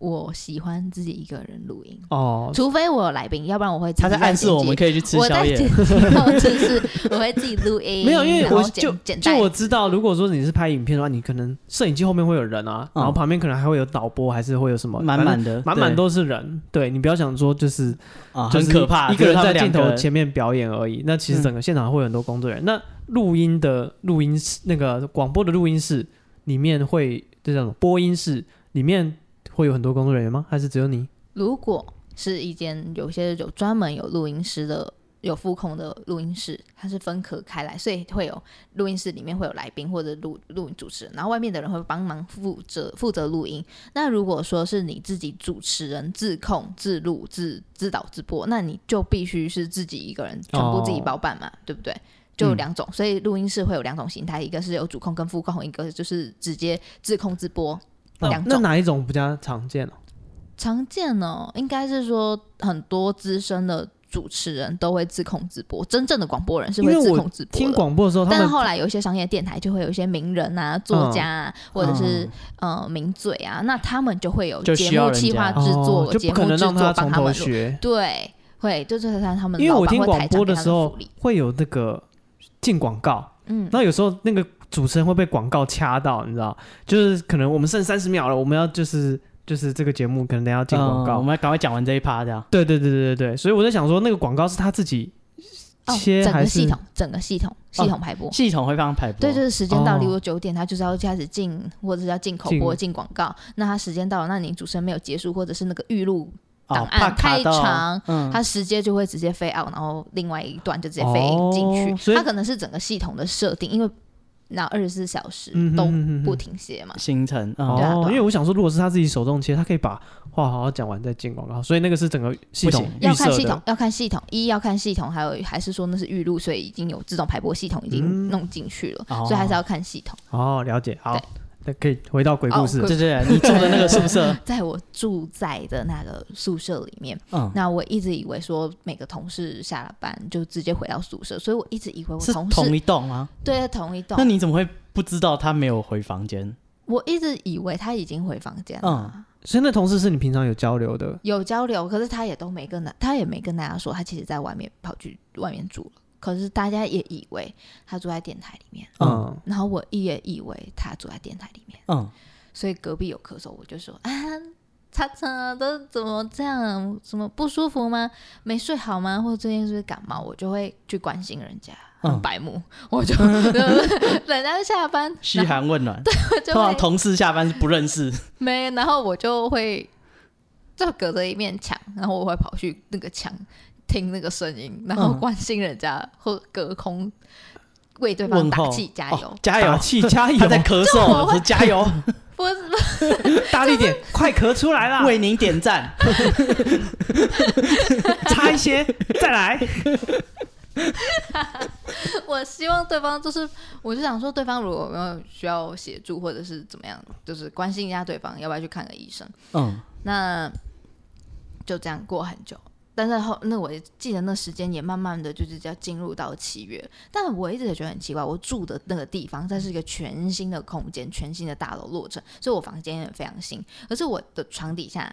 Speaker 3: 我喜欢自己一个人录音，
Speaker 1: 哦，
Speaker 3: 除非我有来宾，要不然我会自己
Speaker 2: 他在暗示我们可以去吃
Speaker 3: 我
Speaker 2: 宵
Speaker 3: 在
Speaker 2: 夜
Speaker 3: 剪，辑后就是我会自己录 音，
Speaker 1: 没有，因为
Speaker 3: 然后
Speaker 1: 我
Speaker 3: 剪
Speaker 1: 就
Speaker 3: 剪
Speaker 1: 就
Speaker 3: 带
Speaker 1: 我知道，如果说你是拍影片的话，你可能摄影机后面会有人啊，
Speaker 2: 嗯
Speaker 1: 然后旁边可能还会有导播，还是会有什么，
Speaker 2: 满
Speaker 1: 反正
Speaker 2: 满的
Speaker 1: 满满
Speaker 2: 对
Speaker 1: 都是人。对你不要想说就是
Speaker 2: 啊，
Speaker 1: 就
Speaker 2: 很
Speaker 1: 是
Speaker 2: 可怕，
Speaker 1: 一个人在镜
Speaker 2: 就是他们两
Speaker 1: 头
Speaker 2: 个嗯
Speaker 1: 前面表演而已。那其实整个现场会有很多工作人员。那录音的录音室，那个广播的录音室里面会就这种播音室里面会有很多工作人员吗？还是只有你？
Speaker 3: 如果是一间有些有专门有录音师的、有副控的录音室，它是分隔开来，所以会有录音室里面会有来宾或者录录音主持人，然后外面的人会帮忙负责负责录音。那如果说是你自己主持人自控、自录、自自导自播，那你就必须是自己一个人全部自己包办嘛，对不对？就有两种，所以录音室会有两种形态，一个是有主控跟副控，一个就是直接自控自播。
Speaker 1: 哦
Speaker 3: 两种
Speaker 1: 那哪一种比较常见啊呢？
Speaker 3: 常见哦，应该是说很多资深的主持人都会自控直播，真正的广播人是
Speaker 1: 因
Speaker 3: 会
Speaker 1: 为
Speaker 3: 自
Speaker 1: 我
Speaker 3: 控直播
Speaker 1: 听
Speaker 3: 的。
Speaker 1: 广播的时候，他
Speaker 3: 但
Speaker 1: 们
Speaker 3: 后来有一些商业电台就会有一些名人啊、作家啊，或者是、
Speaker 1: 嗯
Speaker 3: 呃名嘴啊，那他们就会有
Speaker 2: 就需
Speaker 3: 节
Speaker 2: 要
Speaker 3: 目
Speaker 2: 人家
Speaker 3: 企划
Speaker 1: 哦
Speaker 3: 制作、
Speaker 1: 就
Speaker 3: 节
Speaker 1: 不可
Speaker 3: 目
Speaker 1: 能
Speaker 3: 制
Speaker 1: 让
Speaker 3: 作帮
Speaker 1: 从
Speaker 3: 他
Speaker 1: 头
Speaker 3: 们录，
Speaker 1: 学。
Speaker 3: 对，会就是让他们
Speaker 1: 因为
Speaker 3: 老
Speaker 1: 我
Speaker 3: 板
Speaker 1: 听
Speaker 3: 或
Speaker 1: 广
Speaker 3: 台长
Speaker 1: 播
Speaker 3: 给
Speaker 1: 的
Speaker 3: 他
Speaker 1: 时
Speaker 3: 们
Speaker 1: 候
Speaker 3: 福利
Speaker 1: 会有那个进广告，
Speaker 3: 嗯，
Speaker 1: 那有时候那个主持人会被广告掐到，你知道，就是可能我们剩三十秒了，我们要就是就是这个节目可能等一下要进广
Speaker 2: 嗯
Speaker 1: 告
Speaker 3: 哦
Speaker 2: 我，们要赶快讲完这一趴，这样
Speaker 1: 对对对对对对，所以我在想说那个广告是他自己
Speaker 3: 哦，
Speaker 1: 切
Speaker 3: 整
Speaker 1: 还
Speaker 3: 个
Speaker 1: 是
Speaker 3: 系统，整个系统系统排播，
Speaker 2: 系统会帮他排播。
Speaker 3: 对，就是时间到，
Speaker 1: 哦
Speaker 3: 例如九点，他就是要开始进，或者是要进口播、进广告。那他时间到了，那你主持人没有结束，或者是那个预录，档
Speaker 2: 啊，
Speaker 3: 案
Speaker 2: 怕卡
Speaker 3: 太
Speaker 2: 到
Speaker 3: 长
Speaker 2: 嗯，
Speaker 3: 他直接就会直接飞 out，然后另外一段就直接飞进
Speaker 1: 哦
Speaker 3: 去。
Speaker 1: 所以
Speaker 3: 他可能是整个系统的设定，因为那二十四小时
Speaker 1: 嗯
Speaker 3: 都
Speaker 1: 嗯嗯嗯
Speaker 3: 不停歇嘛。
Speaker 2: 行程嗯
Speaker 3: 对啊
Speaker 1: 哦
Speaker 3: 对，啊
Speaker 1: 因为我想说如果是他自己手动切，他可以把话好好讲完再进广告，所以那个是整个系统
Speaker 2: 不行
Speaker 1: 预
Speaker 3: 要看
Speaker 1: 设
Speaker 3: 系统
Speaker 1: 的，，
Speaker 3: 要看系统，一要看系统，还有还是说那是预录，所以已经有自动排播系统已
Speaker 1: 嗯
Speaker 3: 经弄进去了，
Speaker 2: 哦
Speaker 3: 所以还是要看系统。
Speaker 1: 哦，了解，好
Speaker 3: 对，
Speaker 1: 那可以回到鬼故事
Speaker 3: 哦
Speaker 2: 对
Speaker 3: 鬼
Speaker 2: 对， 对你住的那个宿舍，
Speaker 3: 在我住在的那个宿舍里面，
Speaker 2: 嗯，
Speaker 3: 那我一直以为说每个同事下了班就直接回到宿舍，所以我一直以为我
Speaker 2: 是
Speaker 3: 同
Speaker 2: 同
Speaker 3: 事
Speaker 2: 一栋吗？
Speaker 3: 对同一栋
Speaker 2: 那，你怎么会不知道他没有回房间？
Speaker 3: 我一直以为他已经回房间了，
Speaker 2: 嗯
Speaker 1: 所以那同事是你平常有交流的
Speaker 3: 有交流，可是他也都没跟大，他也没跟大家说他其实在外面跑去外面住了，可是大家也以为他住在电台里面，
Speaker 1: 嗯
Speaker 2: 嗯
Speaker 3: 然后我也以为他住在电台里面，
Speaker 2: 嗯，
Speaker 3: 所以隔壁有咳嗽，我就说啊。叉叉都怎么这样？怎么不舒服吗？没睡好吗？或者最近是不是感冒？我就会去关心人家，很
Speaker 2: 嗯
Speaker 3: 白目，我就人家下班，
Speaker 2: 嘘
Speaker 3: 然后
Speaker 2: 寒问暖。
Speaker 3: 就
Speaker 2: 啊通
Speaker 3: 会
Speaker 2: 常同事下班是不认识，
Speaker 3: 没，然后我就会就隔着一面墙，然后我会跑去那个墙听那个声音，然后
Speaker 2: 嗯
Speaker 3: 关心人家、或隔空为对方
Speaker 2: 问
Speaker 3: 打
Speaker 2: 候
Speaker 3: 气加油
Speaker 2: 哦。加油
Speaker 1: 打！气加油
Speaker 2: 他，在咳
Speaker 3: 就我
Speaker 2: 嗽，
Speaker 3: 会
Speaker 2: 说加 油，
Speaker 3: 不是，
Speaker 1: 大力点，快咳出来啦，
Speaker 2: 为您点 赞。
Speaker 1: 差一些，再来。
Speaker 3: 我希望对方就是，我就想说，对方如果有没有需要协助或者是怎么样，就是关心一下对方，要不要去看个医生？
Speaker 2: 嗯，
Speaker 3: 那就这样过很久。但是后那我记得那时间也慢慢的就是要进入到七月，但我一直也觉得很奇怪，我住的那个地方它是一个全新的空间，全新的大楼落成，所以我房间也非常新，可是我的床底下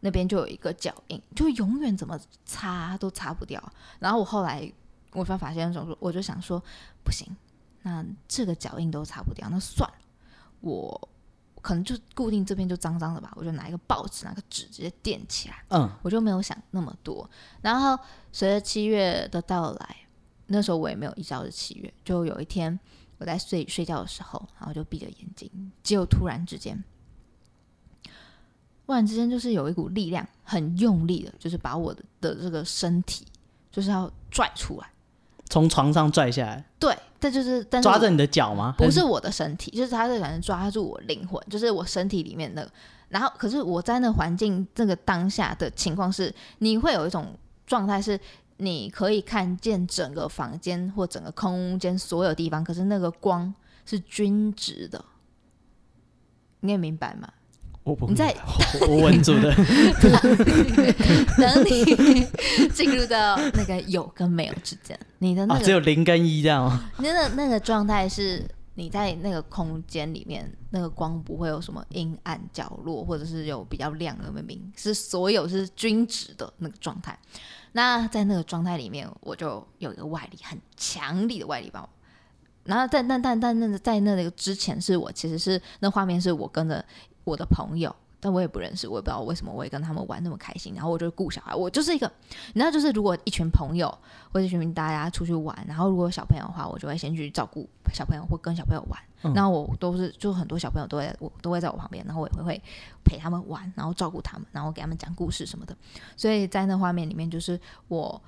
Speaker 3: 那边就有一个脚印，就永远怎么擦都擦不掉。然后我后来我发发现总说，我就想说不行，那这个脚印都擦不掉，那算了，我可能就固定这边就脏脏的吧，我就拿一个报纸，拿个纸直接垫起来。
Speaker 2: 嗯，
Speaker 3: 我就没有想那么多。然后随着七月的到来，那时候我也没有意识到是七月，就有一天我在睡睡觉的时候，然后就闭着眼睛，结果突然之间，突然之间就是有一股力量很用力的，就是把我的的这个身体就是要拽出来。
Speaker 2: 从床上拽下来，
Speaker 3: 对，但就是但是
Speaker 2: 抓
Speaker 3: 我
Speaker 2: 着你的脚吗？
Speaker 3: 不是我的身体，就是他是可能抓住我灵魂，就是我身体里面那个。然后，可是我在那环境那个当下的情况是，你会有一种状态是。你可以看见整个房间或整个空间所有地方，可是那个光是均值的，你也明白吗？
Speaker 1: 我不
Speaker 3: 你在
Speaker 2: 我我稳住的，
Speaker 3: 等你 进入到那个有跟没有之间，你的那
Speaker 2: 啊，
Speaker 3: 个
Speaker 2: 只有零跟一这样哦。
Speaker 3: 那个那个状态是你在那个空间里面，那个光不会有什么阴暗角落，或者是有比较亮的明，是所有是均值的那个状态。那在那个状态里面，我就有一个外力，很强力的外力把我。然后在但但但那个在那个之前，是我其实是那画面是我跟着我的朋友，但我也不认识，我也不知道为什么我也跟他们玩那么开心。然后我就顾小孩，我就是一个，你知道，就是如果一群朋友或者群大家出去玩，然后如果有小朋友的话，我就会先去照顾小朋友或跟小朋友玩。
Speaker 2: 嗯
Speaker 3: 那我都是就很多小朋友都会我都会在我旁边，然后我也会会陪他们玩，然后照顾他们，然后给他们讲故事什么的。所以在那画面里面，就是我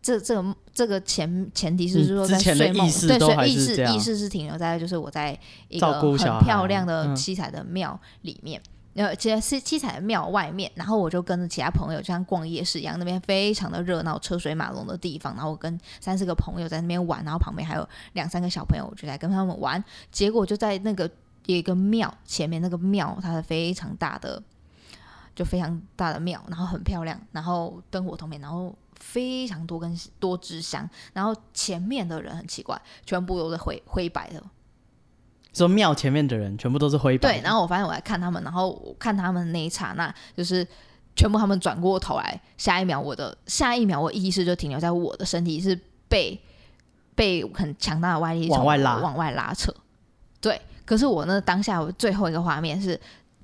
Speaker 3: 这这个这个前前提是
Speaker 2: 嗯
Speaker 3: 说
Speaker 2: 之
Speaker 3: 在
Speaker 2: 前的
Speaker 3: 睡梦，
Speaker 2: 意识
Speaker 3: 对，
Speaker 2: 都
Speaker 3: 所
Speaker 2: 还
Speaker 3: 以意
Speaker 2: 是这
Speaker 3: 识
Speaker 2: 样
Speaker 3: 意识是停留在就是我在一
Speaker 2: 照
Speaker 3: 个
Speaker 2: 顾小
Speaker 3: 很
Speaker 2: 孩
Speaker 3: 漂亮的
Speaker 2: 嗯
Speaker 3: 七彩的庙里面。呃，其实是七彩的庙外面，然后我就跟着其他朋友，就像逛夜市一样，那边非常的热闹，车水马龙的地方。然后我跟三四个朋友在那边玩，然后旁边还有两三个小朋友，我就在跟他们玩。结果就在那个有一个庙前面，那个庙它的非常大的，就非常大的庙，然后很漂亮，然后灯火通明，然后非常多根多支香，然后前面的人很奇怪，全部都是灰灰白的，
Speaker 2: 说庙前面的人全部都是灰白的，
Speaker 3: 对，然后我发现我在看他们，然后我看他们那一刹那，就是全部他们转过头来，下一秒我的下一秒我意识就停留在我的身体是被被很强大的外力
Speaker 2: 往
Speaker 3: 从
Speaker 2: 外
Speaker 3: 我
Speaker 2: 拉
Speaker 3: 往外拉扯。对，可是我那当下我最后一个画面是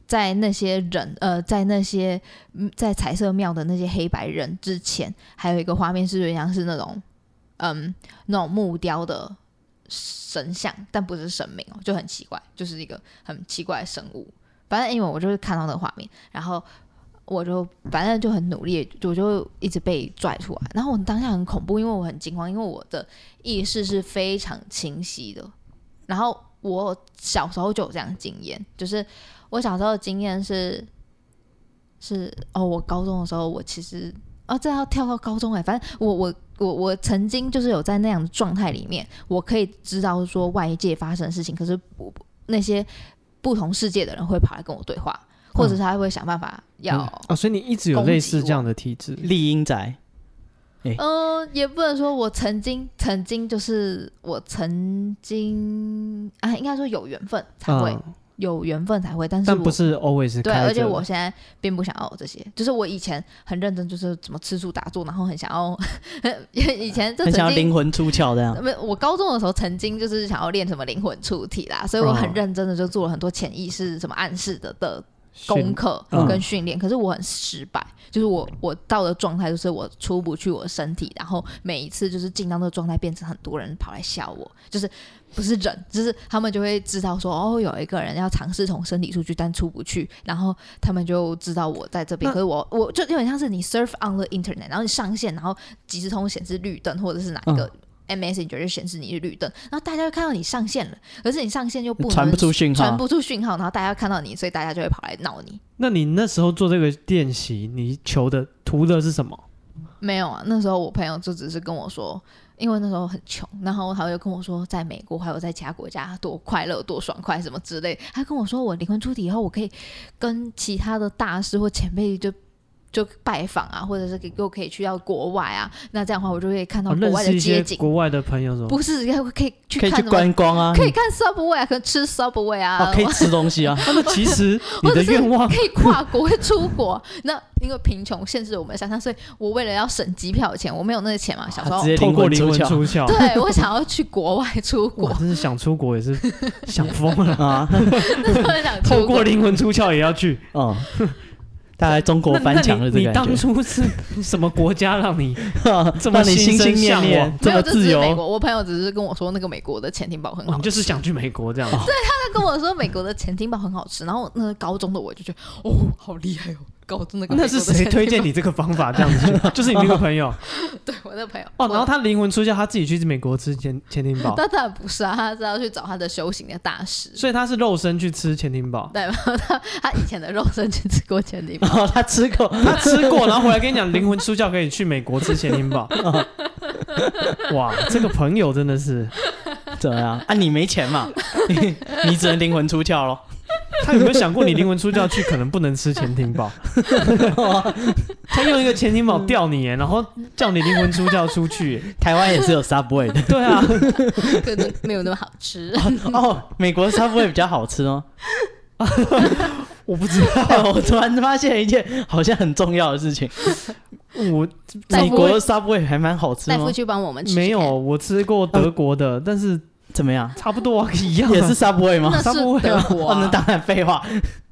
Speaker 3: 在那些人呃，在那些嗯在彩色庙的那些黑白人之前，还有一个画面是有点像是那种嗯那种木雕的神像，但不是神明哦，就很奇怪，就是一个很奇怪的生物。反正因为我就是看到那个画面，然后我就反正就很努力，我就一直被拽出来。然后我当下很恐怖，因为我很惊慌，因为我的意识是非常清晰的。然后我小时候就有这样的经验，就是我小时候的经验是是哦，我高中的时候我其实哦，这要跳到高中哎、反正我我我我曾经就是有在那样的状态里面，我可以知道说外界发生的事情，可是我那些不同世界的人会跑来跟我对话，或者是他会想办法要。
Speaker 1: 哦，所以你一直有类似这样的体质，
Speaker 2: 丽英仔，
Speaker 3: 嗯，也不能说我曾经曾经就是我曾经啊，应该说有缘分才会、
Speaker 1: 嗯
Speaker 3: 有缘分才会，但是
Speaker 1: 但
Speaker 3: 我
Speaker 1: 不是 always
Speaker 3: 对，
Speaker 1: 开着
Speaker 3: 而且我现在并不想要有这些，就是我以前很认真，就是怎么吃素打坐，然后很想要， 以前就
Speaker 2: 很想
Speaker 3: 曾
Speaker 2: 要
Speaker 3: 经
Speaker 2: 灵魂出窍这样。
Speaker 3: 没有，我高中的时候曾经就是想要练什么灵魂出体啦，所以我很
Speaker 1: 哦
Speaker 3: 认真的就做了很多潜意识什么暗示的的
Speaker 1: 训
Speaker 3: 功课
Speaker 1: 嗯
Speaker 3: 跟训练，可是我很失败，就是我我到的状态就是我出不去我的身体，然后每一次就是进到那个状态，变成很多人跑来笑我，就是不是人，就是他们就会知道说哦，有一个人要尝试从身体出去，但出不去，然后他们就知道我在这边，
Speaker 1: 那
Speaker 3: 可是我我就有点像是你 surf on the internet，然后你上线，然后即时通显示绿灯或者是哪一个。Messenger 就显示你是绿灯，然后大家就看到你上线了，可是你上线就不能
Speaker 2: 传不出讯号
Speaker 3: 传不出讯号，然后大家看到你，所以大家就会跑来闹你。
Speaker 1: 那你那时候做这个练习，你求的图的是什么？
Speaker 3: 没有啊，那时候我朋友就只是跟我说，因为那时候很穷，然后他就跟我说，在美国还有在其他国家多快乐、多爽快什么之类。他跟我说，我离婚出体以后，我可以跟其他的大师或前辈就就拜访啊，或者是给又可以去到国外啊，那这样的话我就可以看到
Speaker 1: 哦，
Speaker 3: 国
Speaker 1: 认
Speaker 3: 外
Speaker 1: 识
Speaker 3: 的
Speaker 1: 一
Speaker 3: 街
Speaker 1: 些
Speaker 3: 景，
Speaker 1: 国外的朋友什么，
Speaker 3: 不是要可以去
Speaker 2: 可以
Speaker 3: 看
Speaker 2: 去
Speaker 3: 什么
Speaker 2: 观光啊，
Speaker 3: 可以看 Subway 啊，可以吃 Subway 啊，
Speaker 2: 哦，可以吃东 西啊，
Speaker 1: 啊那其实你
Speaker 3: 或者
Speaker 1: 的
Speaker 3: 是
Speaker 1: 愿望
Speaker 3: 可以跨国出国。 那因为贫穷限制我们的想象，所以我为了要省机票钱，我没有那个钱
Speaker 1: 啊
Speaker 3: 嘛，小时候
Speaker 2: 直接
Speaker 1: 透过灵
Speaker 2: 灵
Speaker 1: 魂
Speaker 2: 魂出窍
Speaker 1: 出窍，
Speaker 3: 对我想要去国外出
Speaker 1: 哇
Speaker 3: 国，，
Speaker 1: 真是想出国 也是想疯了，
Speaker 2: 啊，
Speaker 3: 那时候很想
Speaker 1: 透
Speaker 3: 出
Speaker 1: 过
Speaker 3: 国。
Speaker 1: 灵魂出窍也要去。
Speaker 2: 哦，大概中国
Speaker 1: 那
Speaker 2: 翻
Speaker 1: 那
Speaker 2: 墙
Speaker 1: 你
Speaker 2: 的这
Speaker 1: 你
Speaker 2: 个
Speaker 1: 当
Speaker 2: 感 觉，
Speaker 1: 初是什么国家让你？这么
Speaker 2: 让你
Speaker 1: 心
Speaker 2: 心
Speaker 1: 生
Speaker 2: 心念
Speaker 1: 向
Speaker 2: 念
Speaker 1: 往
Speaker 2: 这
Speaker 3: 没有，
Speaker 2: 么
Speaker 3: 这只
Speaker 2: 自
Speaker 3: 是
Speaker 2: 由
Speaker 3: 美 国。我朋友只是跟我说那个美国的潜艇堡很
Speaker 1: 哦
Speaker 3: 好
Speaker 1: 你就
Speaker 3: 吃，
Speaker 1: 是想去美国
Speaker 2: 哦
Speaker 1: 这样？
Speaker 3: 他跟我说美国的潜艇堡很好吃，然后那个高中的我就觉得哦，好厉害哦，高中那 个
Speaker 1: 那是谁推荐
Speaker 3: 你？
Speaker 1: 你这个方法？这样 子去就是你那个朋友
Speaker 3: 对，我的朋友
Speaker 1: 哦，然后
Speaker 3: 他
Speaker 1: 他灵魂出窍，他自己去美国吃潜潜艇堡，
Speaker 3: 那当然不是啊，他是要去找他的修行的大师。
Speaker 1: 所以他是肉身去吃潜艇堡，
Speaker 3: 对，然后他他以前的肉身去吃过潜艇堡
Speaker 2: 然，后哦他吃过，
Speaker 1: 他吃过，然后回来跟你讲灵魂出窍可以去美国吃潜艇堡。哇，这个朋友真的是
Speaker 2: 怎么样啊？你没钱嘛， 你你只能灵魂出窍咯。
Speaker 1: 他有没有想过，你灵魂出窍去可能不能吃潜艇堡？ 他用一个潜艇堡吊你耶，然后叫你灵魂出窍出去耶。
Speaker 2: 台湾也是有 Subway 的
Speaker 1: 对啊，
Speaker 3: 可能没有那么好吃。
Speaker 2: 哦，美国 Subway 比较好吃哦。
Speaker 1: 我不知道，
Speaker 2: 哎 我突然发现一件好像很重要的事情，
Speaker 1: 我
Speaker 3: 戴夫
Speaker 2: 美国的 Subway 还蛮好吃哦
Speaker 3: 大夫
Speaker 2: 吗？
Speaker 3: 去帮我们吃吃看，
Speaker 1: 没有，我吃过德国的，但是
Speaker 2: 怎么样？
Speaker 1: 差不多啊，一样啊
Speaker 2: 也是 Subway 吗
Speaker 3: 那？是德 国
Speaker 2: 哦，那
Speaker 3: 啊，
Speaker 2: 当然废话，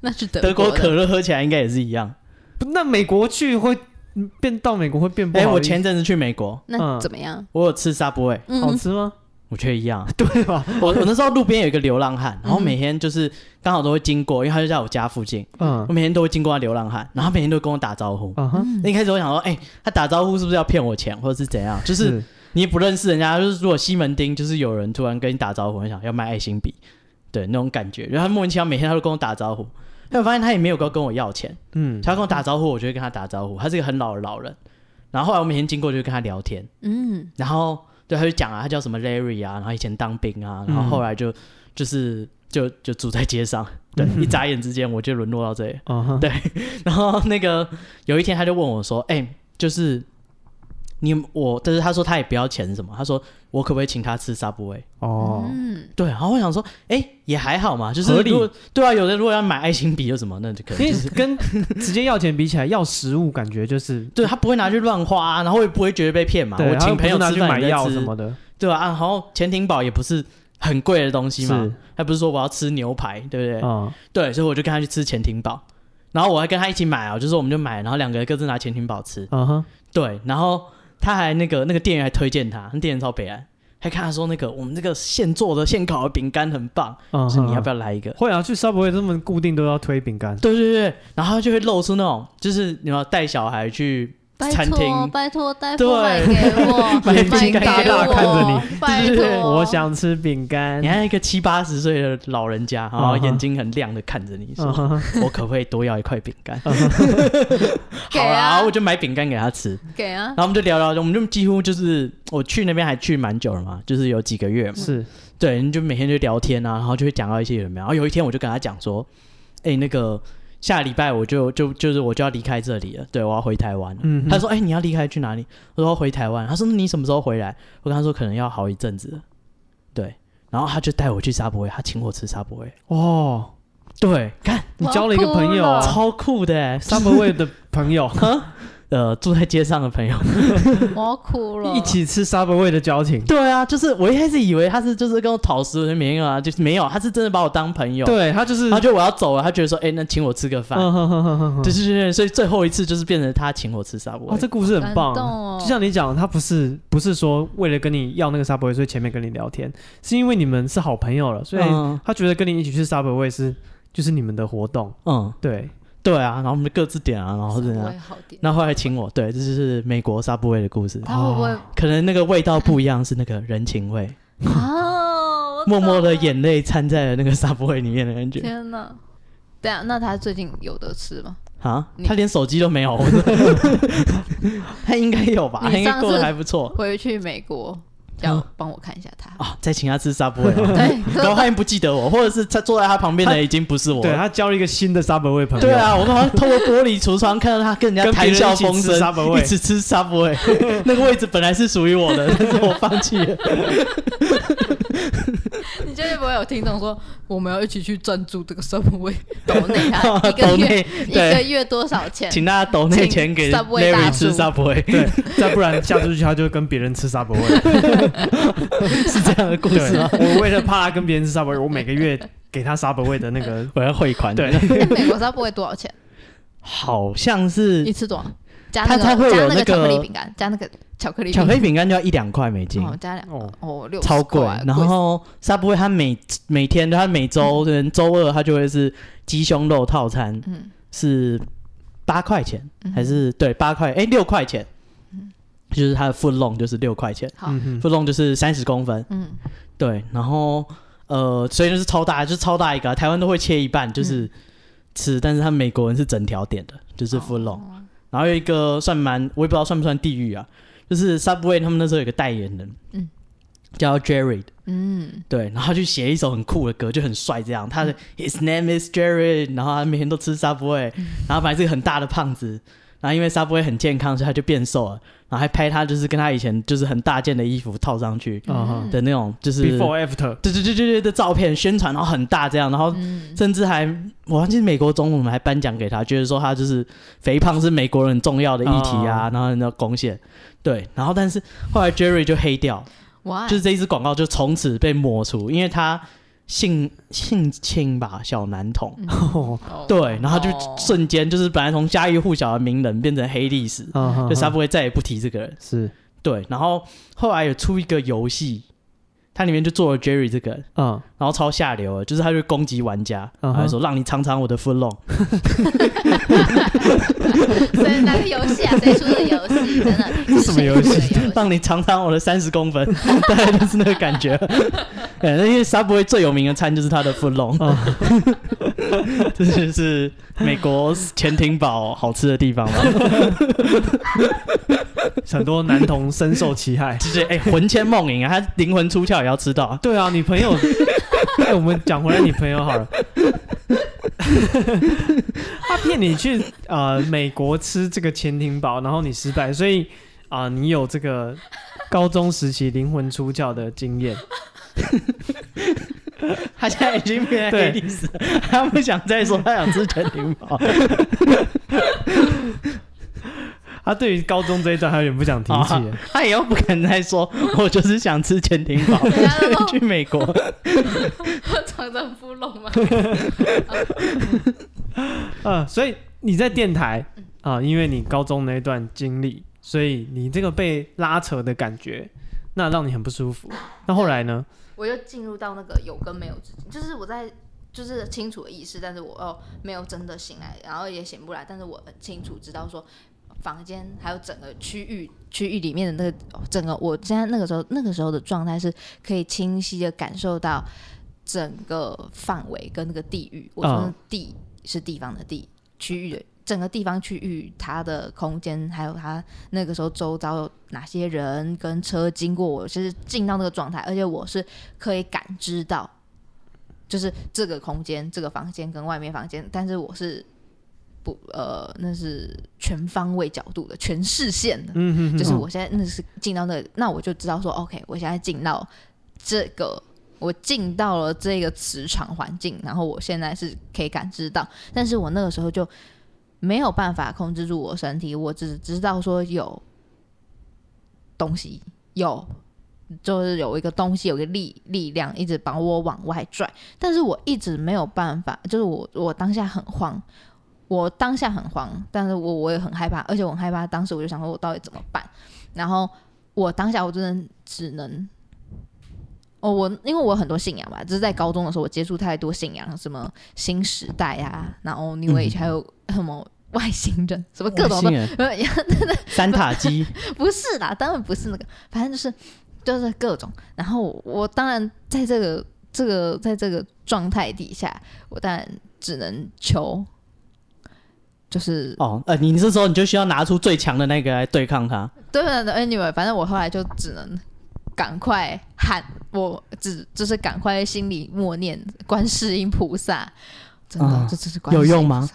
Speaker 3: 那是德
Speaker 2: 德国
Speaker 3: 国
Speaker 2: 可
Speaker 3: 的。
Speaker 2: 乐喝起来应该也是一样。
Speaker 1: 不那美国去会嗯变到美国会变不好
Speaker 2: 哎，
Speaker 1: 意思。
Speaker 2: 我前阵子去美国，
Speaker 3: 那怎么样？
Speaker 2: 我有吃 Subway，
Speaker 3: 嗯
Speaker 1: 好吃吗？
Speaker 2: 我觉得一样。
Speaker 1: 对 吧？
Speaker 2: 我我那时候路边有一个流浪汉，然后
Speaker 3: 嗯
Speaker 2: 每天就是刚好都会经过，因为他就在我家附近，
Speaker 1: 嗯
Speaker 2: 我每天都会经过他流浪汉，然后他每天都跟我打招呼。
Speaker 1: 啊哈，
Speaker 3: 嗯
Speaker 2: 那一开始我想说，哎、他打招呼是不是要骗我钱，或者是怎样？就是你也不认识人家，就是如果西门町就是有人突然跟你打招呼，你想要卖爱心笔，对那种感觉。然后他莫名其妙每天他都跟我打招呼，但我发现他也没有跟跟我要钱，
Speaker 1: 嗯，
Speaker 2: 他跟我打招呼，我就会跟他打招呼。他是一个很老的老人，然后后来我每天经过就跟他聊天，
Speaker 3: 嗯，
Speaker 2: 然后对他就讲啊，他叫什么 Larry 啊，然后以前当兵啊，然后后来就、就是就就住在街上， 对，一眨眼之间我就沦落到这里。
Speaker 1: 啊哈，
Speaker 2: 对 然后那个有一天他就问我说：“哎、就是你我，但是他说他也不要钱什么，他说我可不可以请他吃 Subway？”
Speaker 1: 哦，
Speaker 3: 嗯，
Speaker 2: 对，然后我想说，哎、也还好嘛，就是
Speaker 1: 合理
Speaker 2: 如果对啊，有的如果要买爱心笔又什么，那就可
Speaker 1: 因
Speaker 2: 能
Speaker 1: 为
Speaker 2: 就是。
Speaker 1: 跟直接要钱比起来，要食物感觉就是
Speaker 2: 对他不会拿去乱花、啊，然后也不会觉得被骗嘛。
Speaker 1: 对，
Speaker 2: 我
Speaker 1: 然后
Speaker 2: 请朋友
Speaker 1: 不是拿
Speaker 2: 吃
Speaker 1: 去
Speaker 2: 饭
Speaker 1: 买
Speaker 2: 也在
Speaker 1: 药
Speaker 2: 吃
Speaker 1: 什么的，
Speaker 2: 对啊，然后潜艇堡也不是很贵的东西嘛
Speaker 1: 是，
Speaker 2: 还不是说我要吃牛排，对不对？
Speaker 1: 啊，
Speaker 2: 对，所以我就跟他去吃潜艇堡，然后我还跟他一起买啊，就是我们就买，然后两个人各自拿潜艇堡吃，
Speaker 1: 啊哈，
Speaker 2: 对，然后他还那个那个店员还推荐他，那店员超北岸，还看他说那个我们这个现做的现烤的饼干很棒，
Speaker 1: 嗯
Speaker 2: 就是你要
Speaker 1: 哼
Speaker 2: 不要来一个？
Speaker 1: 会啊，去 Subway 这么固定都要推饼干，
Speaker 2: 对对对，然后他就会露出那种就是你要带小孩去
Speaker 3: 拜
Speaker 2: 餐
Speaker 3: 托，
Speaker 2: 厅，
Speaker 3: 拜托，大夫
Speaker 2: 对
Speaker 3: 卖给 我，
Speaker 2: 眼睛
Speaker 3: 卖给
Speaker 2: 大大
Speaker 3: 我
Speaker 1: 看着你
Speaker 3: 拜
Speaker 2: 对对对
Speaker 3: 托，
Speaker 1: 我想吃饼干
Speaker 2: 你，看一个七八十岁的老人家，然后
Speaker 1: 嗯嗯哼
Speaker 2: 眼睛很亮的看着你
Speaker 1: 嗯
Speaker 2: 说，
Speaker 1: 哼嗯
Speaker 2: 我可不可以多要一块饼干？
Speaker 3: 给
Speaker 2: 好啦，然
Speaker 3: 啊
Speaker 2: 后我，就买饼干给他吃，
Speaker 3: 给啊
Speaker 2: 然，后我们就聊聊，我们就几乎就是我去那边还去蛮久了嘛，就是有几个月嘛，
Speaker 1: 是
Speaker 2: 对，你就每天就聊天啊，然后就会讲到一些有没有。然后有一天我就跟他讲说，哎、那个下礼拜我就就就是我就要离开这里了，对我要回台湾了。
Speaker 1: 嗯哼
Speaker 2: 他说，哎、你要离开去哪里？我说回台湾。他说那你什么时候回来？我跟他说可能要好一阵子了，对。然后他就带我去沙博威，他请我吃沙博威，
Speaker 1: 哦，
Speaker 2: 对，看
Speaker 1: 你交了一个朋友
Speaker 3: 哇
Speaker 1: 啊
Speaker 2: 超酷的、欸，
Speaker 1: ，Subway 的朋 友
Speaker 2: 呃住在街上的朋友，
Speaker 3: 我要哭 了，
Speaker 1: 一起吃 Subway 的交情，
Speaker 2: 对啊，就是我一开始以为他是就是跟我讨食物，没有啊，就是没有，他是真的把我当朋友，
Speaker 1: 对他就是
Speaker 2: 然后就我要走了，他觉得说，哎、那请我吃个饭，
Speaker 1: 嗯哼哼哼哼哼
Speaker 2: 对对对，所以最后一次就是变成他请我吃沙威
Speaker 1: 哇，，这故事很
Speaker 3: 感
Speaker 1: 棒
Speaker 2: 啊
Speaker 3: 动。哦，
Speaker 1: 就像你讲，他不是不是说为了跟你要那个 Subway，所以前面跟你聊天，是因为你们是好朋友了，所以
Speaker 2: 嗯
Speaker 1: 他觉得跟你一起去 Subway 是就是你们的活动。
Speaker 2: 嗯，
Speaker 1: 对，
Speaker 2: 对啊，然后我们就各自点啊，然后这
Speaker 3: 稍微
Speaker 2: 样，
Speaker 3: 好点，
Speaker 2: 那后来请我，对，这就是美国沙布威的故事，
Speaker 3: 他会不会
Speaker 2: 可能那个味道不一样，是那个人情味，
Speaker 3: 哦，我
Speaker 2: 默默
Speaker 3: 懂
Speaker 2: 的
Speaker 3: 了
Speaker 2: 眼泪掺在了那个沙布威里面的感觉
Speaker 3: 天哪！对啊，那他最近有得吃吗？
Speaker 2: 啊，
Speaker 3: 你
Speaker 2: 他连手机都 没有，我他应该有吧，
Speaker 3: 你
Speaker 2: 他应该
Speaker 3: 上
Speaker 2: 过得
Speaker 3: 次
Speaker 2: 还不错，
Speaker 3: 回去美国要
Speaker 2: 嗯
Speaker 3: 帮我看一下 他。
Speaker 2: 啊，再请他吃沙波了。
Speaker 3: 对，
Speaker 2: 然后发现不记得我，或者是他坐在他旁边的已经不是我
Speaker 1: 对
Speaker 2: 了。
Speaker 1: 他交了一个新的 Subway 朋友，
Speaker 2: 对，啊，我们好像透过玻璃橱窗看到他跟人家
Speaker 1: 跟别
Speaker 2: 谈
Speaker 1: 人
Speaker 2: 笑
Speaker 1: 一起
Speaker 2: 风
Speaker 1: 吃
Speaker 2: 生，
Speaker 1: Subway
Speaker 2: 一起吃 Subway，那 个位置本来是属于我的， 但是我放弃了。
Speaker 3: 你绝对不会有听众说我们要一起去赞助这 个 Subway 抖内啊，一
Speaker 2: 抖
Speaker 3: 个月
Speaker 2: 内
Speaker 3: 一个
Speaker 2: 对，
Speaker 3: 月多少钱？
Speaker 2: 请大家抖内
Speaker 3: 请
Speaker 2: 钱给
Speaker 3: Subway 大
Speaker 2: Larry 吃
Speaker 3: 叔
Speaker 2: Subway，
Speaker 1: 对，再不然嫁出去他就跟别人吃 Subway。
Speaker 2: 是这样的故
Speaker 1: 对
Speaker 2: 事吗？，
Speaker 1: 我为了怕他跟别人吃 Subway，我每个月给他 Subway 的那个，
Speaker 2: 我要汇款。
Speaker 1: 对，
Speaker 3: 哎美国 Subway 多少钱？
Speaker 2: 好像是
Speaker 3: 一次多少？加那
Speaker 2: 它它嗯会
Speaker 3: 个
Speaker 2: 有
Speaker 3: 加
Speaker 2: 那
Speaker 3: 那
Speaker 2: 个
Speaker 3: 个巧克力饼干，加那个巧克力
Speaker 2: 巧克力饼干就要一两块美金，
Speaker 3: 哦，加两
Speaker 1: 哦
Speaker 3: 个哦，六
Speaker 2: 超贵。然后 Subway 它每每天，它每周的周二它就会是鸡胸肉套餐，
Speaker 3: 嗯
Speaker 2: 是八块钱、
Speaker 3: 嗯
Speaker 2: 还是对八块？哎，六块钱，就是它的 foot long 就是六块钱
Speaker 3: 好
Speaker 1: 嗯哼，
Speaker 2: ，foot long 就是三十公分，
Speaker 3: 嗯
Speaker 2: 对。然后呃，所以就是超大，就是超大一个啊、台湾都会切一半就是吃，但是他们美国人是整条点的，就是
Speaker 3: 嗯哦
Speaker 2: foot long。然后有一个算蛮，我也不知道算不算地狱啊，就是 Subway 他们那时候有个代言人，
Speaker 3: 嗯
Speaker 2: 叫 Jared，
Speaker 3: 嗯
Speaker 2: 对，然后他就写一首很酷的歌，就很帅这样，他的 His name is Jared，然后他每天都吃 Subway，然
Speaker 3: 嗯
Speaker 2: 后本来是个很大的胖子，然后因为 Subway 很健康，所以他就变瘦了，然后还拍他就是跟他以前就是很大件的衣服套上去
Speaker 1: 啊哈
Speaker 3: 嗯
Speaker 2: 的那种，就是
Speaker 1: ，Before After，
Speaker 2: 对对对对对的照片宣传，然后很大这样，然后
Speaker 3: 嗯
Speaker 2: 甚至还，我忘记美国总统还颁奖给他，觉得说他就是肥胖是美国人重要的议题啊，然后人家贡献，对，然后但是后来 Jerry 就黑掉，
Speaker 3: 哇，
Speaker 2: 就是这一支广告就从此被抹除，因为他性性侵吧小男童，嗯
Speaker 1: 哦
Speaker 3: 哦
Speaker 2: 对，然后就
Speaker 3: 哦
Speaker 2: 瞬间就是本来从家喻户晓的名人变成黑历史，
Speaker 1: 啊哈
Speaker 2: 就
Speaker 1: 哈
Speaker 2: Subway 再也不提这个人，
Speaker 1: 是，
Speaker 2: 对，然后后来有出一个游戏，它里面就做了 Jerry 这个人。
Speaker 1: 嗯，
Speaker 2: 然后超下流的，就是他就攻击玩家，
Speaker 1: 嗯哼
Speaker 2: 然后说让你尝尝我的 f o o l o n
Speaker 3: 所以哪个游戏啊？谁出的游戏？真 的
Speaker 1: 这什么游戏
Speaker 3: 谁出的游
Speaker 2: 让你尝尝我的三十 公分，大概就是那个感觉。 对，那因为 Subway 最有名的餐就是它的 f o o l o
Speaker 1: 哦
Speaker 2: n
Speaker 1: 嗯
Speaker 2: 这就是美国潜艇堡好吃的地方嘛，
Speaker 1: 很多男童深受其害。
Speaker 2: 就是哎、魂牵梦萦啊，他灵魂出窍也要吃到啊。
Speaker 1: 对啊，你朋 友，哎，我们讲回来，你朋友好了， 他骗你去呃美国吃这个潜艇堡，然后你失败，所以啊、你有这个高中时期灵魂出窍的经 验，
Speaker 2: 他现在已经变成黑历史了， 他不想再说他想吃潜艇堡。
Speaker 1: 他对于高中这一段他有点不想提起了。
Speaker 2: 他以后不敢再说，我就是想吃潜艇堡，
Speaker 3: 对啊然 后
Speaker 2: 去 美国。
Speaker 3: 戏？长征不龙吗？嗯
Speaker 1: 呃，所以你在电台啊、因为你高中那一段经历，所以你这个被拉扯的感觉，那让你很不舒服。那后来呢？
Speaker 3: 我就进入到那个有跟没有之间，就是我在就是清楚的意识，但是我又没有真的醒来，然后也醒不来，但是我很清楚知道说房间还有整个区域区域里面的那个整个，我现在那个时候那个时候的状态是可以清晰的感受到整个范围跟那个地域，我说的地是地方的地，区域的。整个地方区域，它的空间，还有它那个时候周遭有哪些人跟车经过我，就是进到那个状态，而且我是可以感知到，就是这个空间、这个房间跟外面房间，但是我是不呃，那是全方位角度的、全视线的，
Speaker 1: 嗯哼哼，
Speaker 3: 就是我现在那是进到那个，那我就知道说，OK，我现在进到这个，我进到了这个磁场环境，然后我现在是可以感知到，但是我那个时候就没有办法控制住我身体，我只知道说有东西，有就是有一个东西，有一个力力量一直把我往外拽，但是我一直没有办法，就是我我当下很慌。我当下很慌，但是我我也很害怕，而且我很害怕。当时我就想说，我到底怎么办？然后我当下我真的只能，哦，我因为我有很多信仰吧，就是在高中的时候我接触太多信仰，什么新时代啊，然后 New Age，、还有什么外星人，什么各种
Speaker 2: 外
Speaker 3: 都
Speaker 2: 星
Speaker 1: 欸
Speaker 2: 人
Speaker 3: 没有
Speaker 2: 三塔鸡，
Speaker 3: 不是啦，当然不是那个，反正就是就是各种。然后我我当然在这个这个在这个状态底下，我当然只能求，就是
Speaker 2: 哦，呃，你这时候你就需要拿出最强的那个来对抗它。
Speaker 3: 对对对，anyway，反正我后来就只能赶快喊，我只就是赶快心里默念观世音菩萨，真的，
Speaker 2: 啊
Speaker 3: 这只是观世
Speaker 2: 有
Speaker 3: 音
Speaker 2: 用吗？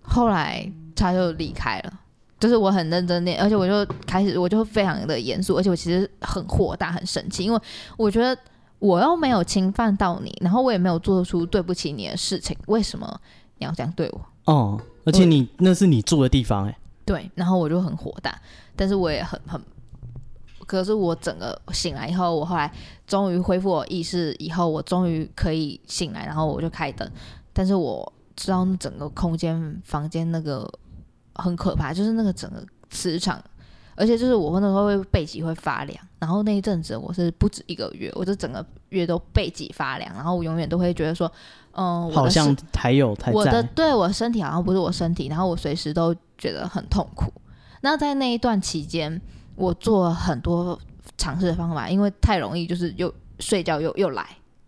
Speaker 3: 后来他就离开了。就是我很认真念，而且我就开始，我就非常的严肃，而且我其实很火大、很生气，因为我觉得我又没有侵犯到你，然后我也没有做出对不起你的事情，为什么你要这样对我？
Speaker 2: 哦，而且你那是你住的地方哎、
Speaker 3: 对，然后我就很火大，但是我也很很，可是我整个醒来以后，我后来终于恢复我意识以后，我终于可以醒来，然后我就开灯，但是我知道那整个空间房间那个很可怕，就是那个整个磁场。而且就是我那时候会背脊会发凉，然后那一阵子我是不止一个月，我就整个月都背脊发凉，然后我永远都会觉得说，嗯、我的
Speaker 2: 好
Speaker 3: 身
Speaker 2: 像还有还
Speaker 3: 我的
Speaker 2: 在
Speaker 3: 对我身体好像不是我身体，然后我随时都觉得很痛苦。那在那一段期间，我做了很多尝试的方法，因为太容易就是又睡觉又又来，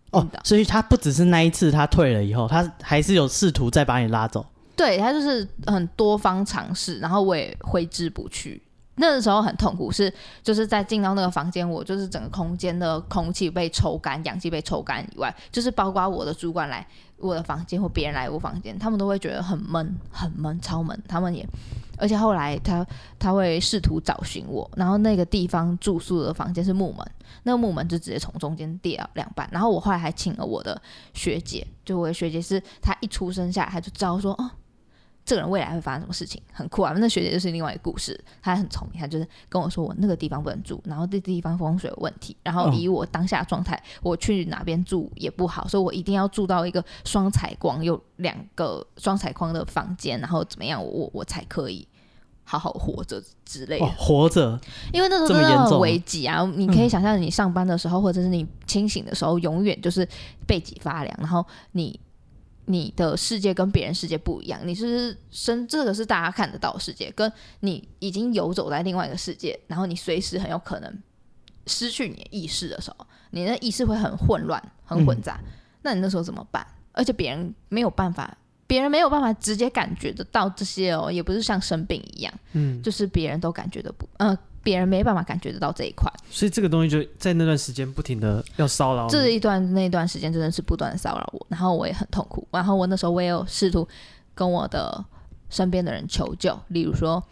Speaker 2: 哦
Speaker 3: 晕倒，
Speaker 2: 所以他不只是那一次他退了以后，他还是有试图再把你拉走。
Speaker 3: 对他就是很多方尝试，然后我也挥之不去。那时候很痛苦，是就是在进到那个房间，我就是整个空间的空气被抽干，氧气被抽干以外，就是包括我的主管来我的房间或别人来我房间，他们都会觉得很闷，很闷，超闷。他们也，而且后来他他会试图找寻我，然后那个地方住宿的房间是木门，那个木门就直接从中间掉两半。然后我后来还请了我的学姐，就我的学姐是她一出生下来，她就知道说哦，这个人未来会发生什么事情，很酷啊。那学姐就是另外一个故事，她很聪明，她就是跟我说我那个地方不能住，然后这地方风水有问题，然后
Speaker 2: 嗯
Speaker 3: 以我当下的状态，我去哪边住也不好，所以我一定要住到一个双采光有两个双采光的房间，然后怎么样我我我才可以好好活着之类的。
Speaker 2: 哦，活着
Speaker 3: 因为那时候
Speaker 2: 这么
Speaker 3: 真的
Speaker 2: 严重
Speaker 3: 很
Speaker 2: 啊嗯
Speaker 3: 危急啊！你可以想象，你上班的时候，或者是你清醒的时候，永远就是背脊发凉，然后你你的世界跟别人世界不一样，你是身这个是大家看得到的世界，跟你已经游走在另外一个世界，然后你随时很有可能失去你的意识的时候，你的意识会很混乱、
Speaker 2: 嗯
Speaker 3: 很混杂。那你那时候怎么办？而且别人没有办法，别人没有办法直接感觉得到这些哦，也不是像生病一样。
Speaker 1: 嗯，
Speaker 3: 就是别人都感觉得不，呃，别人没办法感觉得到这一块。
Speaker 1: 所以这个东西就在那段时间不停的要骚
Speaker 2: 哦
Speaker 1: 扰你，
Speaker 3: 这一段那一段时间真的是不断的骚扰我，然后我也很痛苦。然后我那时候我也有试图跟我的身边的人求救，例如说，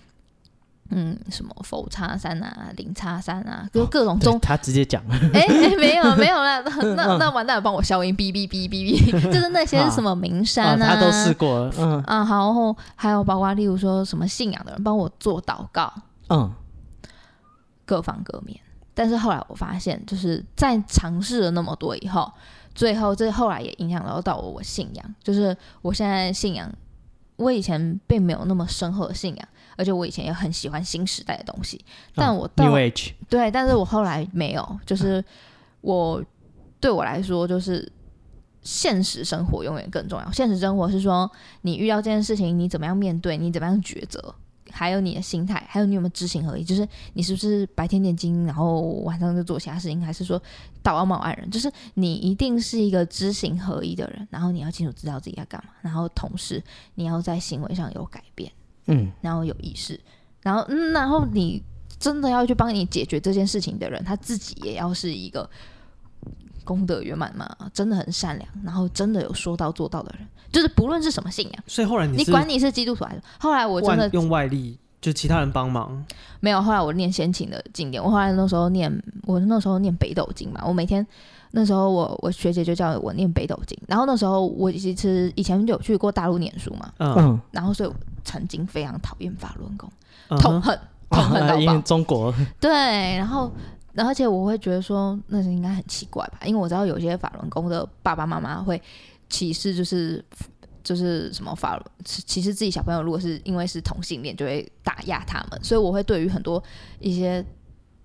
Speaker 3: 嗯，什么佛叉三啊、零叉三啊，就各种
Speaker 2: 哦对嗯
Speaker 3: 中，
Speaker 2: 他直接讲了，
Speaker 3: 哎哎、没有没有啦， 那那那完蛋了，帮我消音，哔哔哔哔哔，就是那些什么名
Speaker 2: 啊
Speaker 3: 山啊，
Speaker 2: 他都试过了，嗯
Speaker 3: 啊，好，然后还有包括例如说什么信仰的人帮我做祷告，
Speaker 2: 嗯，
Speaker 3: 各方各面。但是后来我发现，就是在尝试了那么多以后，最后这后来也影响到到我我信仰，就是我现在信仰，我以前并没有那么深厚的信仰，而且我以前也很喜欢新时代的东西，但我 到、
Speaker 2: New Age
Speaker 3: 对，但是我后来没有，嗯就是我对我来说，就是现实生活永远更重要。现实生活是说，你遇到这件事情，你怎么样面对，你怎么样抉择，还有你的心态，还有你有没有知行合一，就是你是不是白天念经，然后晚上就做其他事情，还是说道傲冒岸人？就是你一定是一个知行合一的人，然后你要清楚知道自己要干嘛，然后同时你要在行为上有改变。
Speaker 2: 嗯，
Speaker 3: 然后有意识，然后嗯，然后你真的要去帮你解决这件事情的人，他自己也要是一个功德圆满嘛，真的很善良，然后真的有说到做到的人，就是不论是什么信仰，
Speaker 1: 所以后来
Speaker 3: 你
Speaker 1: 是
Speaker 3: 管你是基督徒还是，后来我真
Speaker 1: 外
Speaker 3: 的
Speaker 1: 用外力，就其他人帮忙，
Speaker 3: 没有，后来我念先秦的经典，我后来那时候念，我那时候念北斗经嘛，我每天那时候我我学姐就叫我念北斗经，然后那时候我其实以前有去过大陆念书嘛，
Speaker 1: 嗯，
Speaker 2: 嗯，
Speaker 3: 然后所以我曾经非常讨厌法轮功，
Speaker 1: 嗯
Speaker 3: 痛恨痛恨
Speaker 2: 啊
Speaker 3: 到
Speaker 2: 因
Speaker 3: 爆
Speaker 2: 为。中国
Speaker 3: 对，然后然后而且我会觉得说，那是应该很奇怪吧，因为我知道有些法轮功的爸爸妈妈会歧视，就是就是什么法歧视自己小朋友，如果是因为是同性恋，就会打压他们，所以我会对于很多一些。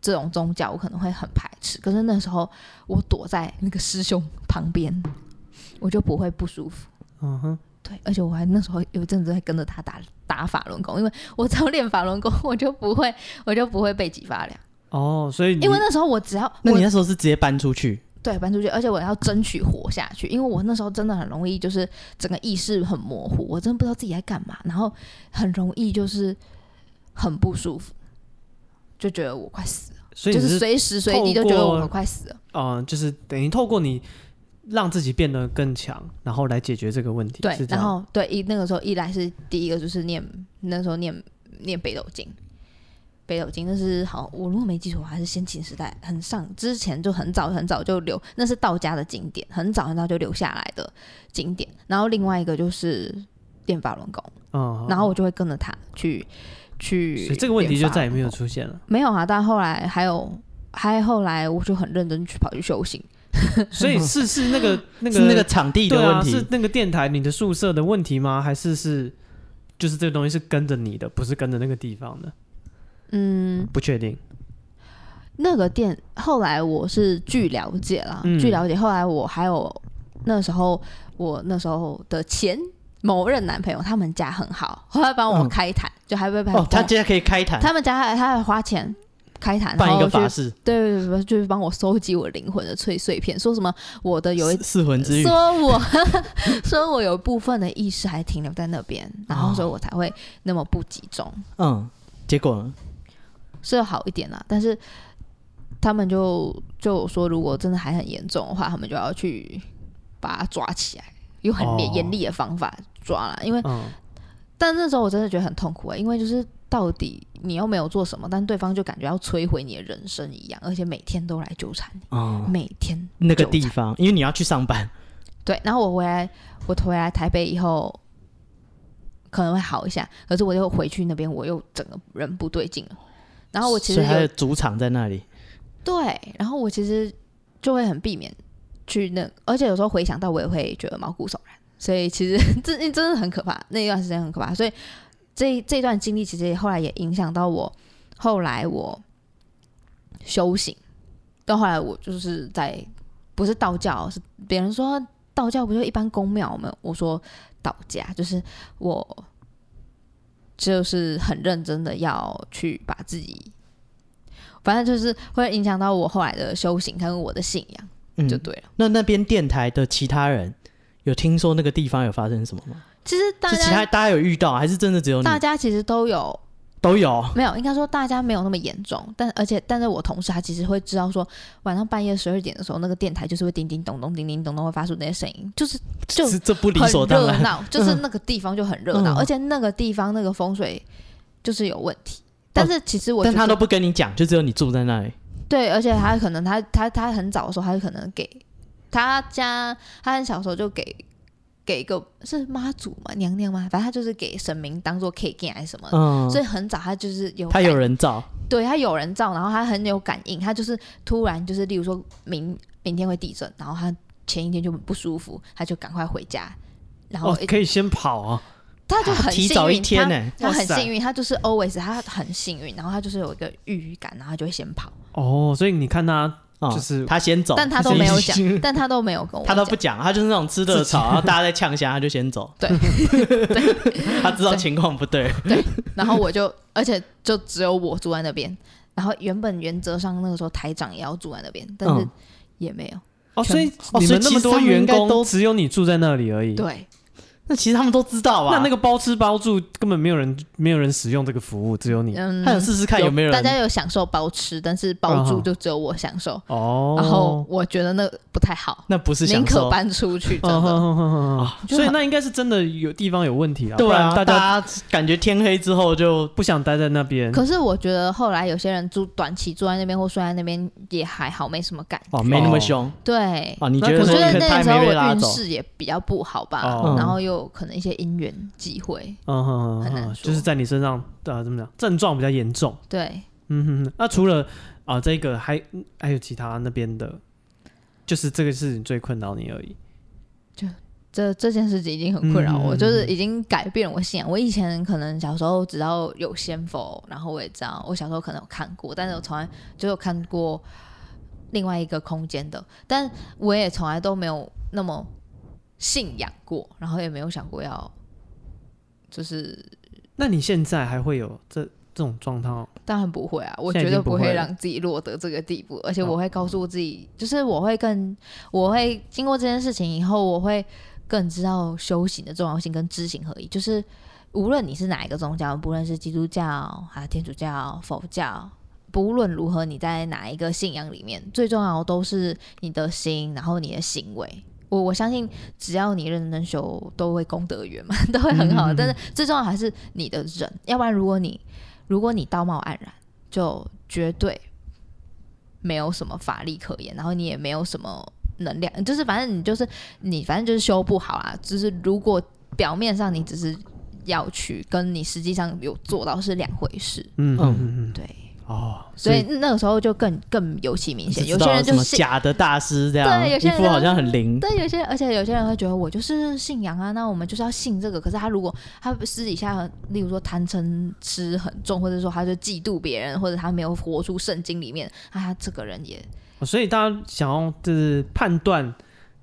Speaker 3: 这种宗教我可能会很排斥，可是那时候我躲在那个师兄旁边，我就不会不舒服。
Speaker 1: 嗯哼，
Speaker 3: 对，而且我还那时候有一阵子还跟着他打打法轮功，因为我只要练法轮功，我就不会我就不会背脊发凉。
Speaker 1: 哦，所以你
Speaker 3: 因为那时候我只要
Speaker 2: 那
Speaker 3: 我
Speaker 2: 你那时候是直接搬出去，
Speaker 3: 对搬出去，而且我要争取活下去，因为我那时候真的很容易就是整个意识很模糊，我真的不知道自己在干嘛，然后很容易就是很不舒服，就觉得我快死了。
Speaker 1: 所以
Speaker 3: 就
Speaker 1: 你
Speaker 3: 是
Speaker 1: 是
Speaker 3: 随时随地就觉得我快死了。
Speaker 1: 嗯、就是等于透过你让自己变得更强，然后来解决这个问题。
Speaker 3: 对
Speaker 1: 是，这
Speaker 3: 然
Speaker 1: 样
Speaker 3: 后对一那个时候一来是第一个就是念那时候念念北斗经，北斗经那是好我如果没记错的话，还是先秦时代很上之前就很早很早就留，那是道家的经典，很早很早就留下来的经典。然后另外一个就是练法轮功，
Speaker 1: 嗯，
Speaker 3: 然后我就会跟着他去去。
Speaker 1: 所以这个问题就再也没有出现了。
Speaker 3: 没有啊，但后来还有，还后来我就很认真去跑去修行，
Speaker 1: 所以是是那个那个
Speaker 2: 是那个场地的
Speaker 1: 对啊，
Speaker 2: 问题哦
Speaker 1: 是。那个电台你的宿舍的问题吗？还是是就是这个东西是跟着你的，不是跟着那个地方的？
Speaker 3: 嗯，
Speaker 1: 不确定。
Speaker 3: 那个店后来我是据了解啦，
Speaker 1: 嗯
Speaker 3: 据了解，后来我还有那时候我那时候的前某任男朋友，他们家很好，后来帮我
Speaker 2: 嗯
Speaker 3: 开坛，就还会帮
Speaker 2: 哦，他今天可以开坛，
Speaker 3: 他们家还还花钱开坛，
Speaker 2: 办一个
Speaker 3: 然后
Speaker 2: 法
Speaker 3: 去
Speaker 2: 事，
Speaker 3: 对对对，就是帮我收集我灵魂的碎碎片，说什么我的有一
Speaker 2: 四四魂之玉。
Speaker 3: 说我 说我有部分的意识还停留在那边，然后所以我才会那么不集中，
Speaker 2: 嗯，结果呢？
Speaker 3: 是有好一点啦。但是他们就就有说，如果真的还很严重的话，他们就要去把他抓起来，用很
Speaker 1: 哦
Speaker 3: 严严厉的方法抓了。因为
Speaker 1: 嗯，
Speaker 3: 但那时候我真的觉得很痛苦啊、因为就是到底你又没有做什么，但对方就感觉要摧毁你的人生一样，而且每天都来纠缠你，
Speaker 2: 哦，
Speaker 3: 每天
Speaker 2: 那个
Speaker 3: 纠
Speaker 2: 地
Speaker 3: 缠
Speaker 2: 方，因为你要去上班，
Speaker 3: 对，然后我回来，我回来台北以后可能会好一下，可是我又回去那边，我又整个人不对劲了。然后我其实
Speaker 2: 所以他
Speaker 3: 有
Speaker 2: 的主场在那里。
Speaker 3: 对，然后我其实就会很避免去那，而且有时候回想到我也会觉得毛骨悚然，所以其实 真真的很可怕，那一段时间很可怕，所以这这段经历其实后来也影响到我，后来我修行，到后来我就是在不是道教，是别人说道教不就一般宫庙吗？我说道家就是我。就是很认真的要去把自己反正就是会影响到我后来的修行跟我的信仰，
Speaker 2: 嗯
Speaker 3: 就，对了。
Speaker 2: 那那边电台的其他人有听说那个地方有发生什么吗？
Speaker 3: 其实大
Speaker 2: 是其他
Speaker 3: 家
Speaker 2: 大家有遇到，还是真的只有你
Speaker 3: 大家其实都有
Speaker 2: 都有？
Speaker 3: 没有，应该说大家没有那么严重，但而且但是我同事他其实会知道说，晚上半夜十二点的时候，那个电台就是会叮叮咚咚、叮叮咚咚会发出那些声音，就是就
Speaker 2: 这这不理所
Speaker 3: 很
Speaker 2: 当
Speaker 3: 热
Speaker 2: 然。
Speaker 3: 闹，就是那个地方就很热闹，
Speaker 2: 嗯
Speaker 3: 而且那个地方那个风水就是有问题。但是其实我觉
Speaker 2: 但
Speaker 3: 得、
Speaker 2: 他都不跟你讲，就只有你住在那里。
Speaker 3: 对，而且他可能他他他很早的时候，他可能给他家他很小的时候就给给一个是妈祖嘛娘娘嘛，反正他就是给神明当做 K G 还是什么的。
Speaker 2: 嗯，
Speaker 3: 呃所以很早他就是有
Speaker 2: 他有
Speaker 3: 感
Speaker 2: 人照，
Speaker 3: 对他有人照，然后他很有感应，他就是突然就是例如说明明天会地震，然后他前一天就不舒服，他就赶快回家，然后
Speaker 1: 哦，可以先跑啊。
Speaker 3: 他就很
Speaker 2: 提
Speaker 3: 幸运，
Speaker 2: 早一天
Speaker 3: 他
Speaker 2: 呢
Speaker 3: 他
Speaker 1: 哇
Speaker 3: 很
Speaker 1: 塞
Speaker 3: 幸运，他就是 always 他很幸运，然后他就是有一个预感，然后他就会先跑。
Speaker 1: 哦，所以你看他
Speaker 2: 哦
Speaker 1: 就是
Speaker 2: 他先走，
Speaker 3: 但他都
Speaker 1: 是
Speaker 3: 没有
Speaker 1: 已
Speaker 3: 讲
Speaker 1: 经，
Speaker 3: 但他都没有跟我
Speaker 2: 他都
Speaker 3: 讲
Speaker 2: 不讲，他就是那种吃热炒，然后大家在呛虾，他就先 走。
Speaker 3: 对
Speaker 2: 他知道
Speaker 3: 对
Speaker 2: 情况不对，
Speaker 3: 然后我就，而且就只有我住在那边。然后原本原则上那个时候台长也要住在那边，但是
Speaker 2: 嗯
Speaker 3: 也没有。
Speaker 1: 哦，所以
Speaker 2: 哦
Speaker 1: 你
Speaker 2: 所
Speaker 1: 们
Speaker 2: 以
Speaker 1: 那
Speaker 2: 其
Speaker 1: 么
Speaker 2: 实他
Speaker 1: 多
Speaker 2: 们
Speaker 1: 员
Speaker 2: 应该
Speaker 1: 工，
Speaker 2: 都
Speaker 1: 只有你住在那里而已。
Speaker 3: 对，
Speaker 2: 那其实他们都知道啊。
Speaker 1: 那那个包吃包住，根本没有人没有人使用这个服务，只有你。
Speaker 3: 嗯，
Speaker 2: 他想试试看有没有
Speaker 3: 大家
Speaker 2: 人啊
Speaker 3: 有享受包吃，但是
Speaker 1: 嗯
Speaker 3: 包住
Speaker 1: 哼
Speaker 3: 就只有我享受。
Speaker 1: 哦，
Speaker 3: 然后我觉得那不太好，
Speaker 2: 那不是
Speaker 3: 宁
Speaker 2: 享
Speaker 3: 可
Speaker 2: 受，
Speaker 3: 搬出去，真
Speaker 1: 嗯哼
Speaker 3: 的。哦
Speaker 1: 哼哼哼哼
Speaker 2: 啊
Speaker 3: 就
Speaker 1: 所以
Speaker 3: 很
Speaker 1: 那应该是真的有地方有问题啊，
Speaker 2: 对啊，
Speaker 1: 不然大家
Speaker 2: 家感觉天黑之后就
Speaker 1: 不想待在那
Speaker 2: 嗯
Speaker 1: 边。
Speaker 3: 可是我觉得后来有些人住短期住在那边或睡在那边也还好，没什么感觉。
Speaker 2: 哦没那么
Speaker 1: 哦
Speaker 2: 凶
Speaker 3: 对，
Speaker 2: 哦。你觉
Speaker 1: 那
Speaker 2: 得
Speaker 3: 我
Speaker 1: 可
Speaker 3: 觉
Speaker 2: 说
Speaker 1: 能
Speaker 3: 得
Speaker 2: 可能他
Speaker 3: 那个时
Speaker 2: 也
Speaker 3: 候
Speaker 2: 没
Speaker 3: 我
Speaker 2: 被拉
Speaker 3: 运
Speaker 2: 走，
Speaker 3: 势也比较不好吧，
Speaker 1: 哦
Speaker 3: 然后又有可能一些因缘际会，
Speaker 1: 嗯哼哼
Speaker 3: 很
Speaker 1: 哼哼，
Speaker 3: 难说
Speaker 1: 就是在你身上呃怎么讲，症状比较严重。
Speaker 3: 对。
Speaker 1: 嗯哼哼，那除了啊、这个还还有其他那边的，就是这个事情最困扰你而已。
Speaker 3: 这这件事情已经很困扰我，
Speaker 1: 嗯
Speaker 3: 就是已经改变了我信仰。我以前可能小时候知道有仙佛，然后我也知道我小时候可能有看过，但是我从来就有看过另外一个空间的，但我也从来都没有那么信仰过，然后也没有想过要，就是
Speaker 1: 那你现在还会有这这种状况？
Speaker 3: 当然不会啊，我
Speaker 1: 现在
Speaker 3: 绝
Speaker 1: 已
Speaker 3: 对
Speaker 1: 经不
Speaker 3: 不
Speaker 1: 会了
Speaker 3: 会
Speaker 1: 哦
Speaker 3: 让自己落得这个地步，而且我会告诉我自己，就是我会更，我会经过这件事情以后，我会更知道修行的重要性跟知行合一。就是无论你是哪一个宗教，不论是基督教、啊天主教、佛教、不论如何你在哪一个信仰里面，最重要的都是你的心，然后你的行为。我我相信，只要你认真修，都会功德圆满， 都会很
Speaker 1: 嗯嗯
Speaker 3: 好。
Speaker 1: 嗯
Speaker 3: 但是最重要还是你的人，要不然如果你如果你道貌岸然，就绝对没有什么法力可言，然后你也没有什么能量，就是反正你就是你，反正就是修不好啊。就是如果表面上你只是要去，跟你实际上有做到是两回事。
Speaker 1: 嗯
Speaker 2: 嗯
Speaker 1: 嗯嗯，
Speaker 3: 对，
Speaker 1: 哦，
Speaker 3: 所以那个时候就更更尤其明显。
Speaker 2: 知
Speaker 3: 有些
Speaker 2: 道
Speaker 3: 人
Speaker 2: 什
Speaker 3: 就
Speaker 2: 么
Speaker 3: 信，
Speaker 2: 假的大师这样，
Speaker 3: 对有
Speaker 2: 衣
Speaker 3: 些人
Speaker 2: 服好像很灵，
Speaker 3: 但有些人而且有些人会觉得啊我就是信仰啊，那我们就是要信这个。可是他如果他私底下很，例如说贪嗔痴很重，或者说他就嫉妒别人，或者他没有活出圣经里面，那他这个人也
Speaker 1: 哦所以大家想要就是判断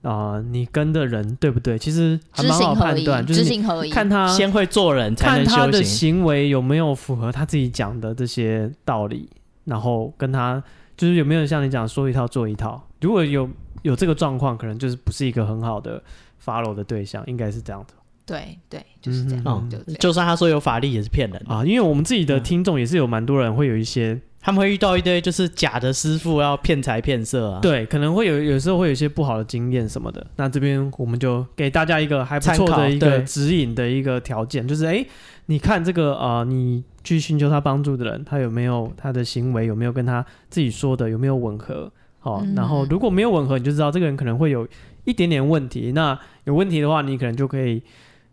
Speaker 1: 啊、呃你跟的人对不对，其实还
Speaker 3: 知
Speaker 1: 蛮好
Speaker 3: 行合
Speaker 1: 判
Speaker 3: 一
Speaker 1: 断，，就
Speaker 3: 知
Speaker 1: 是
Speaker 3: 行合一
Speaker 1: 你。看他
Speaker 2: 先会做人才
Speaker 1: 看
Speaker 2: 能
Speaker 1: 他的
Speaker 2: 修行。
Speaker 1: 行为有没有符合他自己讲的这些道理，然后跟他就是有没有像你讲说一套做一套。如果有有这个状况，可能就是不是一个很好的 follow 的对象，应该是这样的
Speaker 3: 对对，就是这样，
Speaker 1: 嗯
Speaker 3: 就这样。
Speaker 2: 就算他说有法力，也是骗人的。
Speaker 1: 啊。因为我们自己的
Speaker 2: 嗯
Speaker 1: 听众也是有蛮多人会有一些
Speaker 2: 他们会遇到一堆就是假的师傅，要骗财骗色啊。，
Speaker 1: 对，可能会有有时候会有一些不好的经验什么的。那这边我们就给大家一个还不错
Speaker 2: 参考
Speaker 1: 的一个
Speaker 2: 对
Speaker 1: 指引的一个条件，就是哎、诶你看这个呃，你去寻求他帮助的人，他有没有他的行为有没有跟他自己说的有没有吻合？哦，
Speaker 3: 嗯
Speaker 1: 然后如果没有吻合，你就知道这个人可能会有一点点问题。那有问题的话，你可能就可以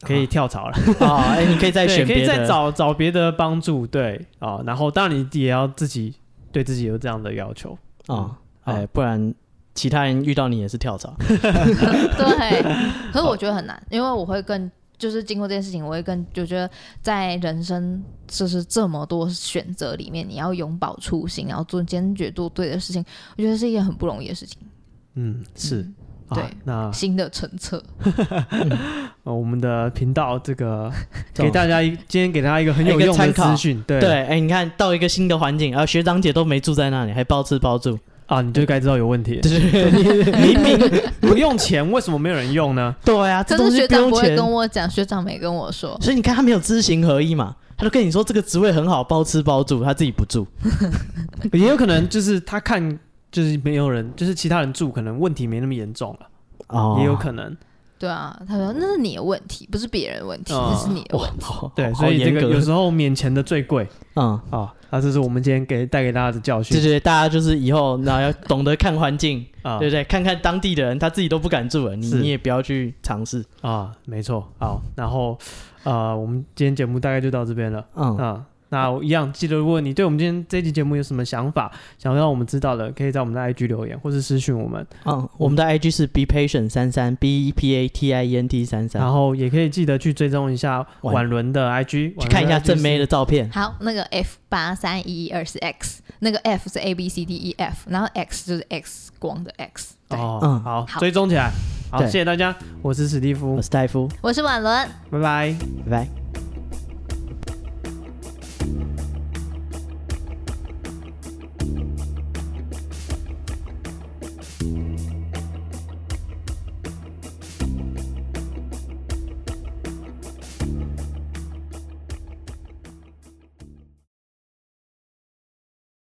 Speaker 1: 可以跳槽了。
Speaker 2: 啊，哎，你可以再
Speaker 1: 对，
Speaker 2: 选
Speaker 1: 可
Speaker 2: 别
Speaker 1: 以再
Speaker 2: 的。
Speaker 1: 找找别的帮助，对啊、然后当然你也要自己对自己有这样的要求，
Speaker 2: 啊，哎，不然其他人遇到你也是跳槽。
Speaker 3: 对，可是我觉得很难，因为我会更就是经过这件事情，我会更就觉得在人生就是这么多选择里面，你要永葆初心，然后做坚决做对的事情，我觉得是一件很不容易的事情。
Speaker 1: 嗯，是。
Speaker 3: 嗯
Speaker 1: 啊
Speaker 3: 对
Speaker 1: 那
Speaker 3: 新的成册，
Speaker 1: 呃我们的频道这 个
Speaker 2: 这
Speaker 1: 给
Speaker 2: 种
Speaker 1: 大家一今天给大家一个很有
Speaker 2: 一个
Speaker 1: 用的
Speaker 2: 参考
Speaker 1: 资讯，对
Speaker 2: 对，哎，你看到一个新的环境，啊，学长姐都没住在那里，还包吃包 住，
Speaker 1: 啊，你就该知道有问题。
Speaker 2: 就是
Speaker 1: 明明不用钱，为什么没有人用呢？
Speaker 2: 对啊，这
Speaker 3: 可
Speaker 2: 东
Speaker 3: 是
Speaker 2: 西
Speaker 3: 学
Speaker 2: 不
Speaker 3: 长
Speaker 2: 用
Speaker 3: 不会
Speaker 2: 钱
Speaker 3: 跟。我讲，学长没跟我说。
Speaker 2: 所以你看，他没有知行合一嘛，他都跟你说这个职位很好，包吃包住，他自己不住。
Speaker 1: 也有可能就是他看就是没有人，就是其他人住，可能问题没那么严重了，
Speaker 2: 哦
Speaker 1: 也有可能。
Speaker 3: 对啊，他说那是你的问题，不是别人的问题，
Speaker 1: 哦
Speaker 3: 那是你的问题。
Speaker 2: 能
Speaker 1: 对，所以这个有时
Speaker 2: 候，
Speaker 1: 候免钱的最贵
Speaker 2: 嗯，
Speaker 1: 啊。那这是我们今天给带给大家的教
Speaker 2: 就
Speaker 1: 训
Speaker 2: 是大家就是以后那要懂得看环境，
Speaker 1: 啊
Speaker 2: 对不对？看看当地的人，他自己都不敢住了，你
Speaker 1: 是
Speaker 2: 你也不要去尝试。
Speaker 1: 啊，没错。好，然后呃，我们今天节目大概就到这边了。
Speaker 2: 嗯，
Speaker 1: 啊、那我一样记得，如果你对我们今天这期节目有什么想法，想让我们知道的，可以在我们的 IG 留言或是私讯我们，
Speaker 2: 嗯，我们的 IG 是 be patient 三三 b e p a t i e n t 三三
Speaker 1: 然，后也可以记得去追踪一下
Speaker 2: 婉
Speaker 1: 婉伦的 IG，
Speaker 2: 嗯去看一下正妹
Speaker 1: 的
Speaker 2: 的照片。
Speaker 3: 好，那个 F 八三一二是 X，那个 F 是 A B C D E F，然后 X 就是 X 光的 X。对，
Speaker 1: 哦，
Speaker 2: 嗯
Speaker 1: 好，
Speaker 3: 好
Speaker 1: 追踪起来。好，
Speaker 2: 对
Speaker 1: 谢谢大家，我是史蒂
Speaker 2: 我
Speaker 1: 夫，
Speaker 2: 是戴夫，
Speaker 3: 我是婉伦，
Speaker 1: 拜拜。
Speaker 2: 拜拜。